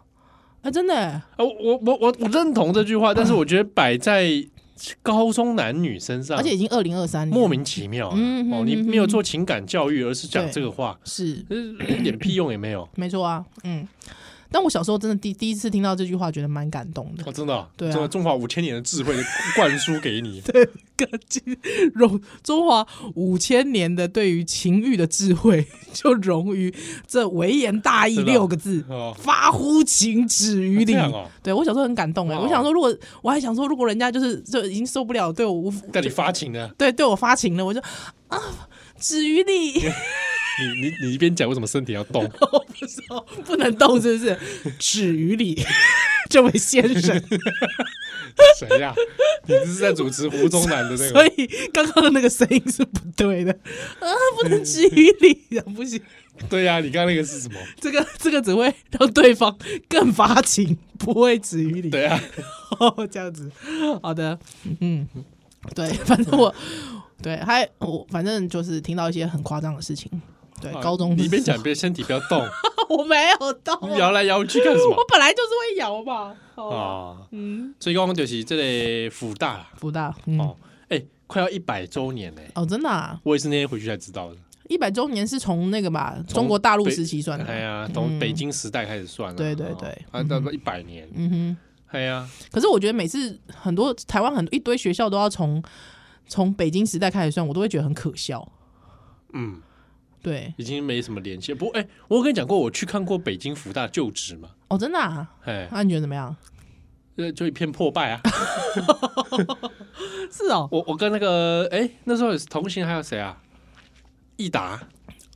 Speaker 3: 哎、真的、哎
Speaker 2: 啊，我我我我认同这句话，但是我觉得摆在高中男女身上，
Speaker 3: 而且已经二零二三年，
Speaker 2: 莫名其妙啊，
Speaker 3: 嗯哼
Speaker 2: 哦，你没有做情感教育，而是讲
Speaker 3: 对
Speaker 2: 这个话，
Speaker 3: 是
Speaker 2: 就是一点屁用也没有。
Speaker 3: 没错啊，嗯。但我小时候真的第第一次听到这句话，觉得蛮感动的
Speaker 2: 哦，。真的哦，
Speaker 3: 对啊
Speaker 2: 真的中华五千年的智慧灌输给
Speaker 3: *laughs*
Speaker 2: 你，
Speaker 3: 融中华五千年的对于情欲的智慧，就融于这微言大义
Speaker 2: 真的啊
Speaker 3: 六个字。
Speaker 2: 哦，
Speaker 3: 发乎情，止于
Speaker 2: 这
Speaker 3: 礼。
Speaker 2: 样哦，
Speaker 3: 对我小时候很感动哎、
Speaker 2: 哇哦
Speaker 3: 我想说，如果我还想说，如果人家就是就已经受不了对我无
Speaker 2: 但你发情呢？
Speaker 3: 对对我发情了，我就啊，止于
Speaker 2: *laughs*
Speaker 3: 礼，
Speaker 2: *laughs* 你你你一边讲，为什么身体要动？
Speaker 3: *laughs* 我不知道不能动是不是？止于礼， *laughs* 这位先生。
Speaker 2: 谁呀？你这是在主持湖中男的那
Speaker 3: 所
Speaker 2: 个？
Speaker 3: 以刚刚的那个声音是不对的啊，不能止于
Speaker 2: *laughs*
Speaker 3: 礼的，不行，
Speaker 2: 对呀，你刚刚那个是什么？
Speaker 3: 这个这个只会让对方更发情，不会止于礼。
Speaker 2: 对呀，
Speaker 3: 哦，这样子，好的，嗯，对，
Speaker 2: *laughs*
Speaker 3: 反正我对还我反正就是听到一些很夸张的事情。对，
Speaker 2: 啊
Speaker 3: *laughs* 高中
Speaker 2: 你一边讲，别身体不要
Speaker 3: *laughs*
Speaker 2: 动，
Speaker 3: 我没有动啊，
Speaker 2: 你摇来摇去干什
Speaker 3: 我
Speaker 2: 么
Speaker 3: 本来就是会摇吧。 *laughs* 哦，
Speaker 2: 啊？
Speaker 3: 嗯，
Speaker 2: 所以讲就是这个福大啦，
Speaker 3: 福大，嗯，
Speaker 2: 哦哎，快要一百周年嘞，
Speaker 3: 哦，真的、啊，
Speaker 2: 我也是那天回去才知道的。
Speaker 3: 一百周年是从那个吧，
Speaker 2: 从
Speaker 3: 中国大陆
Speaker 2: 北
Speaker 3: 时期算的。嗯
Speaker 2: 哎呀，从北京时代开始算了，
Speaker 3: 对对
Speaker 2: 哦
Speaker 3: 对
Speaker 2: 啊，到一百年，
Speaker 3: 嗯
Speaker 2: 哎呀，
Speaker 3: 哼，可是我觉得每次很多台湾很一堆学校都要从从北京时代开始算，我都会觉得很可笑。
Speaker 2: 嗯，
Speaker 3: 对，
Speaker 2: 已经没什么联系。不过哎，我跟你讲过，我去看过北京福大旧址嘛，
Speaker 3: 哦，真的啊，
Speaker 2: 哎，
Speaker 3: 那、你觉得怎么样？
Speaker 2: 呃就一片破败啊。
Speaker 3: 是哦
Speaker 2: 我我跟那个哎那时候同行还有谁啊？益达，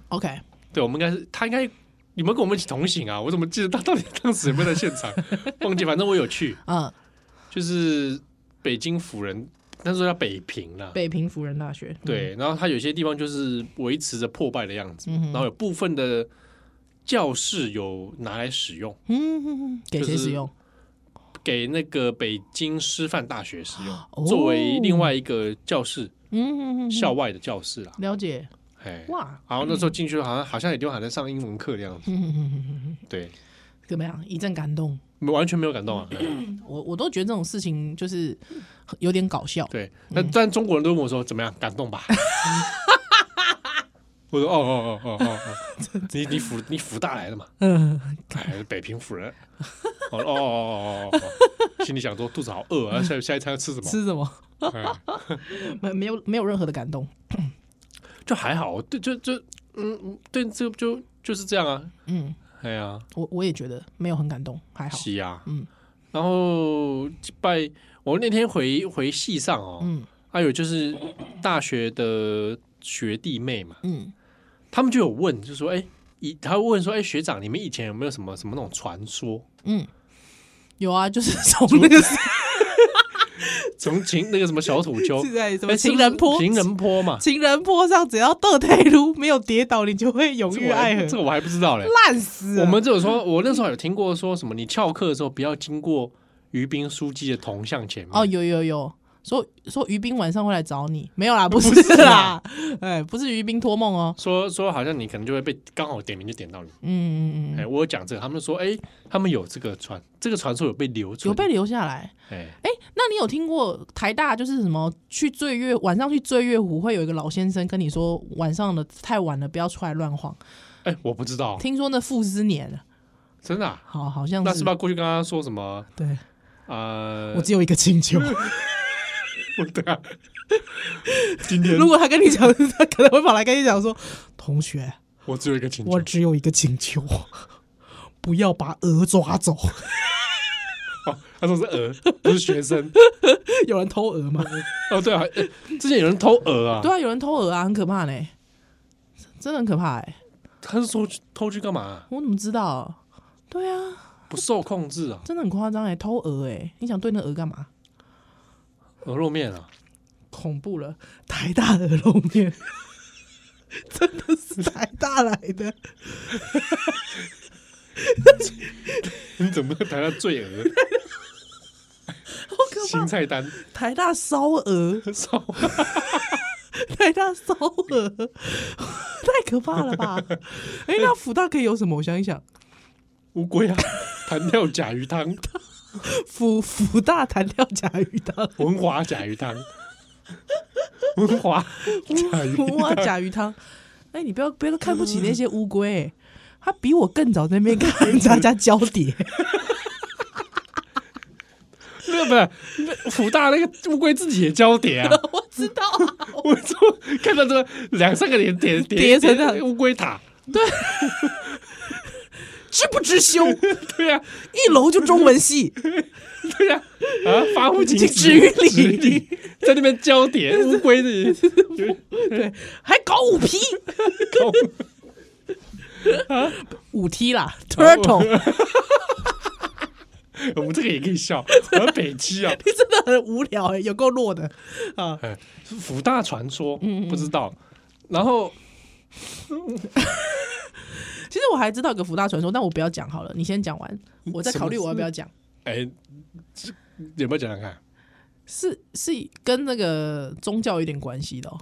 Speaker 3: ，OK，
Speaker 2: 对，我们应该是他应该。你们跟我们一起同行啊！我怎么记得他到底当时有没有在现场？忘记，反正我有去。
Speaker 3: 嗯，
Speaker 2: 就是北京辅仁，那时候叫北平啦。
Speaker 3: 北平辅仁大学，
Speaker 2: 对，然后它有些地方就是维持着破败的样子，
Speaker 3: 嗯哼
Speaker 2: 然后有部分的教室有拿来使用，
Speaker 3: 嗯，给谁使用？
Speaker 2: 给那个北京师范大学使用，
Speaker 3: 哦
Speaker 2: 作为另外一个教室，
Speaker 3: 嗯，
Speaker 2: 校外的教室啦。
Speaker 3: 了解
Speaker 2: 哎，
Speaker 3: 哇，
Speaker 2: 然后那时候进去好像好像也就好像在上英文课的样子，
Speaker 3: 嗯
Speaker 2: 对，
Speaker 3: 怎么样？一阵感动，
Speaker 2: 完全没有感动啊。
Speaker 3: 我我都觉得这种事情就是有点搞笑。
Speaker 2: 对，那但中国人都问我说怎么样，感动吧？ *laughs* 我说哦哦
Speaker 3: *laughs*
Speaker 2: 哦哦哦哦，你你辅你辅大来的嘛？
Speaker 3: 嗯，
Speaker 2: 哎，北平辅人，哦哦哦哦哦哦，心里想说肚子好饿
Speaker 3: 嗯
Speaker 2: 啊，下下一餐要吃什么？
Speaker 3: 吃什么？
Speaker 2: 嗯
Speaker 3: *laughs* 没没有没有任何的感动。
Speaker 2: 就还好，对，就就嗯，嗯对，就就就是这样啊，
Speaker 3: 嗯，
Speaker 2: 哎呀，
Speaker 3: 我我也觉得没有很感动，还好。
Speaker 2: 是呀，
Speaker 3: 嗯，
Speaker 2: 然后拜我那天回回系上哦，
Speaker 3: 嗯
Speaker 2: 还有就是大学的学弟妹嘛，
Speaker 3: 嗯
Speaker 2: 他们就有问，就说哎。以他会问说：“哎、学长，你们以前有没有什么什么那种传说？ *laughs*
Speaker 3: 嗯，有啊，就是从那个，
Speaker 2: 从情那个什么小土丘
Speaker 3: *laughs* 在什
Speaker 2: 哎是不
Speaker 3: 么情
Speaker 2: 是
Speaker 3: 人坡，
Speaker 2: 情人坡
Speaker 3: *laughs*
Speaker 2: 嘛，
Speaker 3: 情人坡上，只要倒退路没有跌倒，你就会永
Speaker 2: 这
Speaker 3: 浴
Speaker 2: 我还
Speaker 3: 爱
Speaker 2: 这
Speaker 3: 河，啊
Speaker 2: 个我还不知道嘞。
Speaker 3: 烂死了。
Speaker 2: 我们只有说，我那时候有听过说什么，你翘课的时候不要经过于斌书记的铜像前面。
Speaker 3: 哦，有有有，说说于斌晚上会来找你，
Speaker 2: *laughs*
Speaker 3: 没有啦，不是啦，哎，不是于斌托梦哦，
Speaker 2: 说说好像你可能就会被刚好点名就点到你。
Speaker 3: 嗯嗯
Speaker 2: 哎、
Speaker 3: 嗯，
Speaker 2: 我有讲这个，他们说，哎、他们有这个传，这个传说有被流传，
Speaker 3: 有被留下来。
Speaker 2: 哎、
Speaker 3: 哎，那你有听过台大就是什么去醉月晚上去醉月湖会有一个老先生跟你说晚上的太晚了不要出来乱晃，
Speaker 2: 哎、我不知道，
Speaker 3: 听说那傅斯年了，
Speaker 2: 真的、啊，
Speaker 3: 好好像
Speaker 2: 那
Speaker 3: 是
Speaker 2: 是不是要过去跟他说什么？
Speaker 3: 对
Speaker 2: 呃 *laughs*
Speaker 3: 我，只有一个请求，
Speaker 2: 我对啊，今天
Speaker 3: 如果他跟你讲，他可能会跑来跟你讲说，同学，
Speaker 2: 我只有一个请求
Speaker 3: 我，只有一个请求，不要把鹅抓走。 *laughs*
Speaker 2: 哦他说是鹅，不是学生， *laughs*
Speaker 3: 有人偷鹅吗？
Speaker 2: 哦，对啊，哎之前有人偷鹅啊，
Speaker 3: 对啊，有人偷鹅啊，很可怕呢、真的很可怕哎、
Speaker 2: 他是说去偷去干嘛啊、
Speaker 3: 我怎么知道、对啊，
Speaker 2: 不受控制啊，
Speaker 3: 真的很夸张哎，偷鹅哎、你想对那鹅干嘛？
Speaker 2: 鹅肉面
Speaker 3: *laughs*
Speaker 2: 啊，
Speaker 3: 恐怖了，台大鹅肉面， *laughs* 真的是台大来的，
Speaker 2: 你怎么谈到醉鹅？
Speaker 3: 好可
Speaker 2: *laughs* 新
Speaker 3: 怕！
Speaker 2: 菜单 *laughs*
Speaker 3: 台大烧鹅，
Speaker 2: 烧
Speaker 3: 台大烧鹅，太可怕了 *laughs* 吧？哎、那福大可以有什么？我想一想，
Speaker 2: 乌龟
Speaker 3: *laughs*
Speaker 2: 啊，弹跳甲鱼汤，
Speaker 3: 福福大弹跳甲鱼 *laughs* 汤，
Speaker 2: 文华甲鱼汤，文华甲鱼
Speaker 3: 哇，甲鱼汤。哎、你不要不要看不起那些乌龟、 *laughs* 欸，他比我更早在那边看大家交叠。
Speaker 2: 那不是那福大那个乌龟自己也交叠啊！
Speaker 3: *laughs* 我知道、啊
Speaker 2: 我就看到这个两三个连叠
Speaker 3: 叠成这样
Speaker 2: 乌龟塔，
Speaker 3: *laughs* 知不知羞？
Speaker 2: 对呀、
Speaker 3: 一楼就中文 *laughs* 系，
Speaker 2: 对呀、啊，发乎情
Speaker 3: 止于礼
Speaker 2: 止于礼在那边交叠乌龟的，
Speaker 3: *laughs* 对，还搞五 P 五
Speaker 2: *laughs*
Speaker 3: T 啦，Turtle，
Speaker 2: 我们这个也可以笑，我们北七啊，
Speaker 3: 你真的很无聊哎、有够弱的
Speaker 2: *laughs*
Speaker 3: 啊！
Speaker 2: 哎，福大传说
Speaker 3: 嗯
Speaker 2: 不知道，然后
Speaker 3: 其实我还知道一个福大传说，但我不要讲好了，你先讲完，
Speaker 2: 嗯
Speaker 3: 我再考虑我要不要讲。
Speaker 2: 哎，这有没有讲讲看？
Speaker 3: 是是跟那个宗教有点关系的、哦，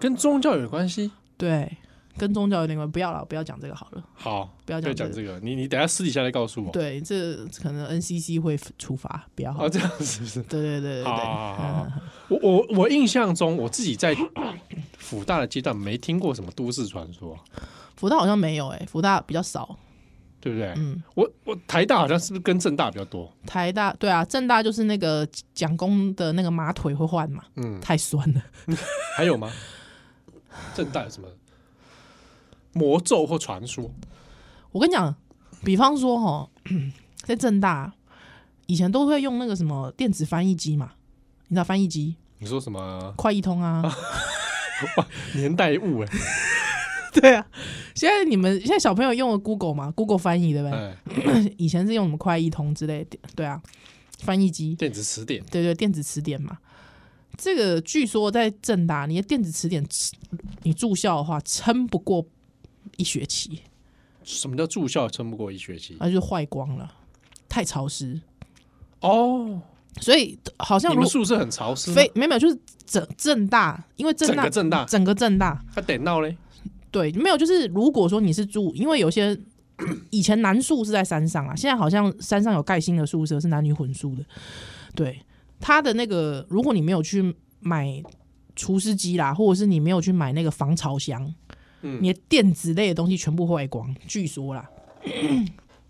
Speaker 2: 跟宗教有关系？
Speaker 3: 对，跟宗教有点关。不要了，不要讲这个好了。
Speaker 2: 好，
Speaker 3: 不要讲
Speaker 2: 不要讲这个，你你等一下私底下再告诉我。
Speaker 3: 对，这可能 NCC 会处罚，不要好
Speaker 2: 哦，
Speaker 3: 了。
Speaker 2: 这样是不是？
Speaker 3: 对对对对嗯
Speaker 2: 好
Speaker 3: 对，
Speaker 2: 好好 *laughs* 好，我我我印象中，我自己在辅大的阶段没听过什么都市传说，
Speaker 3: 福大好像没有哎、福大比较少。
Speaker 2: 对不对？
Speaker 3: 嗯，
Speaker 2: 我我台大好像是不是跟正大比较多？
Speaker 3: 台大对啊，正大就是那个蒋公的那个马腿会换嘛，
Speaker 2: 嗯，
Speaker 3: 太酸了。
Speaker 2: 还有吗？正大有什么魔咒或传说？
Speaker 3: 我跟你讲，比方说哈， *clears throat* 在正大以前都会用那个什么电子翻译机嘛，你知道翻译机
Speaker 2: 你说什么
Speaker 3: 快易通啊，
Speaker 2: 年代物？哎，
Speaker 3: *laughs* 对啊。现在你们现在小朋友用了 Google 嘛，Google 翻译对不对？
Speaker 2: 哎，
Speaker 3: 以前是用什么快易通之类的，对啊，翻译机。
Speaker 2: 电子词典，
Speaker 3: 对对，电子词典嘛。这个据说在正大，你的电子词典，你住校的话撑不过一学期，
Speaker 2: 什么叫住校撑不过一学期？
Speaker 3: 那就坏光了，太潮湿。
Speaker 2: 哦，
Speaker 3: 所以好像
Speaker 2: 你
Speaker 3: 如
Speaker 2: 们宿舍很潮湿吗，
Speaker 3: 非没有没有，就是整正大，因为正
Speaker 2: 整
Speaker 3: 大
Speaker 2: 个正大，
Speaker 3: 整个正大
Speaker 2: 他点到嘞，
Speaker 3: 对没有，就是如果说你是住，因为有些以前男宿是在山上啊，现在好像山上有盖新的宿舍是男女混宿的，对他的那个，如果你没有去买除湿机啦，或者是你没有去买那个防潮箱，
Speaker 2: 嗯
Speaker 3: 你的 *coughs* 电子类的东西全部坏光，据说啦，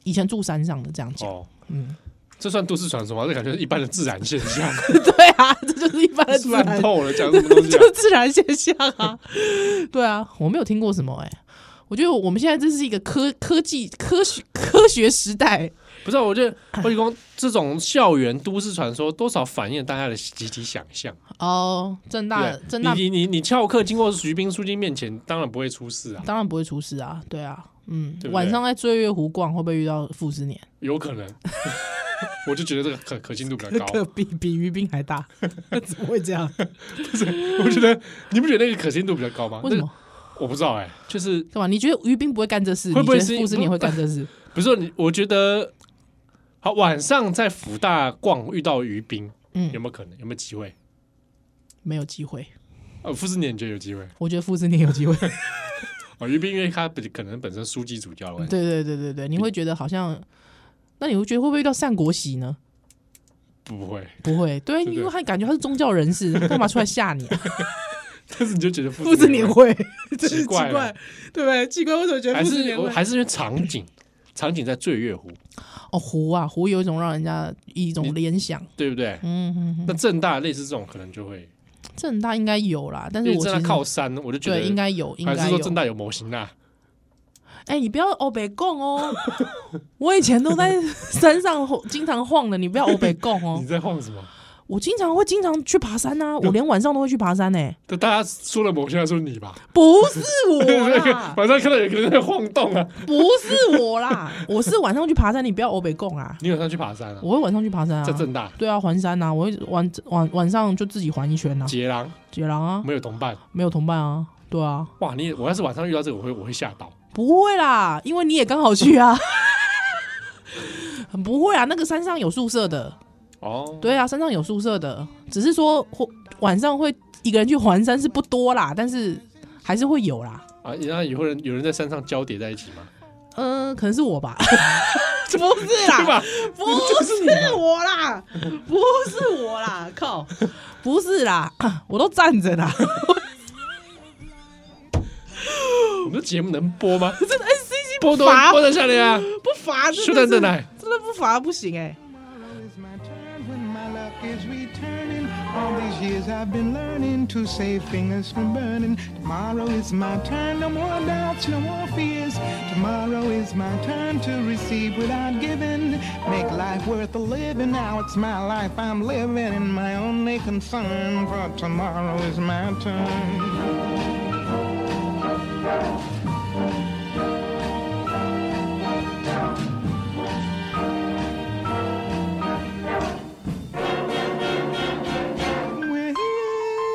Speaker 3: 以前住山上的这样讲，
Speaker 2: 哦，
Speaker 3: 嗯，
Speaker 2: 这算都市传说吗？这感觉是一般的自然现象，
Speaker 3: *laughs* 对啊，这就是一般 *laughs*
Speaker 2: *laughs*
Speaker 3: 的自然
Speaker 2: 烂，透了，讲什么东西啊
Speaker 3: 就？自然现象啊。对啊，我没有听过什么哎、我觉得我们现在这是一个科科技科学科学时代，
Speaker 2: 不是啊，我觉得我就光这种校园都市传说，多少反映大家的集体想象。
Speaker 3: 哦，正大
Speaker 2: 对不对
Speaker 3: 正大
Speaker 2: 你你你你翘课经过徐冰书记面前，当然不会出事啊，
Speaker 3: 当然不会出事啊，对啊，嗯，
Speaker 2: 对不对
Speaker 3: 晚上在醉月湖逛会不会遇到傅斯年？
Speaker 2: 有可
Speaker 3: *laughs*
Speaker 2: 能。我就觉得这个可可信度比较高，
Speaker 3: 比比于冰还大， *laughs* 怎么会这
Speaker 2: *laughs* 啊
Speaker 3: 样？
Speaker 2: 我觉得你不觉得那个可信度比较高吗？
Speaker 3: 为什
Speaker 2: 那
Speaker 3: 么
Speaker 2: 个？？我不知道哎、就是
Speaker 3: 干嘛？你觉得于冰不会干这事？
Speaker 2: 会不会
Speaker 3: 你觉
Speaker 2: 是
Speaker 3: 得傅斯年会干这事？
Speaker 2: 不是说你？我觉得好晚上在福大逛遇到于冰，有
Speaker 3: 嗯，
Speaker 2: 没有可能？有没有机会？
Speaker 3: 没有机会。
Speaker 2: 呃，傅斯年你觉得有机会？
Speaker 3: 我觉得傅斯年有
Speaker 2: *laughs*
Speaker 3: 机会。
Speaker 2: 哦，于冰因为他本可能本身书记主教的关系，
Speaker 3: 对对对对对，你会觉得好像，那你会觉得会不会遇到单国玺呢？
Speaker 2: 不会， *laughs*
Speaker 3: 不会，
Speaker 2: 对
Speaker 3: 对，
Speaker 2: 对
Speaker 3: 因为他感觉他是宗教人士，他干嘛出来吓你、啊？ *laughs*
Speaker 2: 但是你就觉得
Speaker 3: 傅
Speaker 2: 傅
Speaker 3: 斯
Speaker 2: 斯
Speaker 3: 年
Speaker 2: 年
Speaker 3: 会，真
Speaker 2: 奇怪了，
Speaker 3: 对不对？奇怪，为什么
Speaker 2: *laughs*
Speaker 3: 觉
Speaker 2: 还是我还是因为场景， *clears throat* 场景在醉月湖，
Speaker 3: 哦湖啊湖有一种让人家一种联想，
Speaker 2: 对不对？
Speaker 3: 嗯嗯嗯，
Speaker 2: 那正大类似这种可能就会，
Speaker 3: 正大应该有啦，但
Speaker 2: 因
Speaker 3: 是
Speaker 2: 为
Speaker 3: 我
Speaker 2: 正大
Speaker 3: 其实
Speaker 2: 靠山，我就觉得
Speaker 3: 对应该有，应
Speaker 2: 还
Speaker 3: 该
Speaker 2: 是
Speaker 3: 有
Speaker 2: 说。正大有模型啊？
Speaker 3: 哎、你不要欧北贡哦，我以前都在山上晃经常晃的，你不要欧北贡哦
Speaker 2: 你。在晃什么？
Speaker 3: 我经常会经常去爬山呐、
Speaker 2: 嗯
Speaker 3: 我连晚上都会去爬山呢、欸
Speaker 2: 但大家说了模型，还说你吧？
Speaker 3: 不是
Speaker 2: *laughs*
Speaker 3: 我
Speaker 2: 那个
Speaker 3: 啦，
Speaker 2: 晚上看到有个人在晃动啊！
Speaker 3: 不是我啦，我是晚上去爬山，你不要欧北贡啊。
Speaker 2: 你晚上去爬山啊？
Speaker 3: 我会晚上去爬山啊
Speaker 2: 在，正大
Speaker 3: 对啊，环山呐，我会晚晚晚上就自己环一圈呐、啊，
Speaker 2: 杰郎
Speaker 3: 解狼啊，
Speaker 2: 没有同伴，
Speaker 3: 没有同伴啊，对啊，
Speaker 2: 哇！你我要是晚上遇到这个，我会我会吓到。
Speaker 3: 不会啦，因为你也刚好去啊， *laughs* 很不会啊，那个山上有宿舍的，
Speaker 2: 哦，
Speaker 3: 对啊，山上有宿舍的，只是说或晚上会一个人去环山是不多啦，但是还是会有啦。
Speaker 2: 啊，然后有人有人在山上交叠在一起吗？
Speaker 3: 嗯，可能是我 *laughs* 吧，不是
Speaker 2: 对吧
Speaker 3: 啦，？不是我啦，不是我啦， *laughs* 靠，不是啦， *coughs* 我都站着啦， *laughs*
Speaker 2: 我们的节目能播吗？
Speaker 3: *laughs* 真的 NCC
Speaker 2: 播
Speaker 3: 不
Speaker 2: 多
Speaker 3: *laughs* 罚
Speaker 2: 播得下来啊！
Speaker 3: 不罚，真
Speaker 2: 秀
Speaker 3: 的
Speaker 2: 蛋
Speaker 3: 是
Speaker 2: 蛋奶，
Speaker 3: 真的不罚不行哎、
Speaker 1: Tomorrow is my turn when my luck is returning. All these years I've been learning to save fingers from burning. Tomorrow is my turn, no more doubts, no more fears. Tomorrow is my turn to receive without giving. Make life worth a living. Now it's my life I'm living, and my only concern for tomorrow is my turn.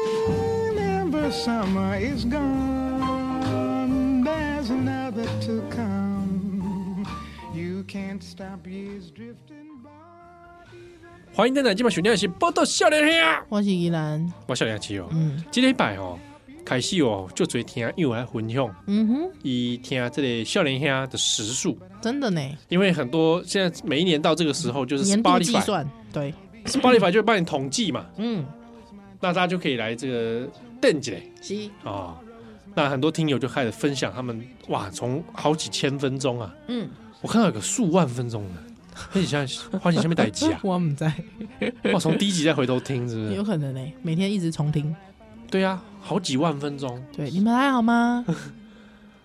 Speaker 1: Whenever summer is gone, there's another to come. You can't stop years drifting by.
Speaker 2: 欢迎蛋奶，今晚选的是播到笑脸黑啊！
Speaker 3: 我是依兰，
Speaker 2: 我笑脸七哦，
Speaker 3: 嗯
Speaker 2: 今天摆哦，开始哦，就最听因为来分享，
Speaker 3: 嗯哼，
Speaker 2: 伊听这个笑脸兄的时数，
Speaker 3: 真的呢，
Speaker 2: 因为很多现在每一年到这个时候就是
Speaker 3: 年度计
Speaker 2: Spotify，Spotify
Speaker 3: 算，对，
Speaker 2: 就会帮你统计嘛，
Speaker 3: 嗯，
Speaker 2: 那大家就可以来这个登记嘞
Speaker 3: 是，
Speaker 2: 啊。那很多听友就开始分享他们哇，从好几千分钟啊，
Speaker 3: 嗯，，
Speaker 2: 我看到有个数万分钟的，那你想想花钱下面代机啊
Speaker 3: 我们在，
Speaker 2: 哇，从第一集再回头听是不
Speaker 3: *laughs* 有
Speaker 2: 是？
Speaker 3: 可能呢、每天一直重听。
Speaker 2: 对啊，好几万分钟， *laughs*
Speaker 3: 对，你们还好吗？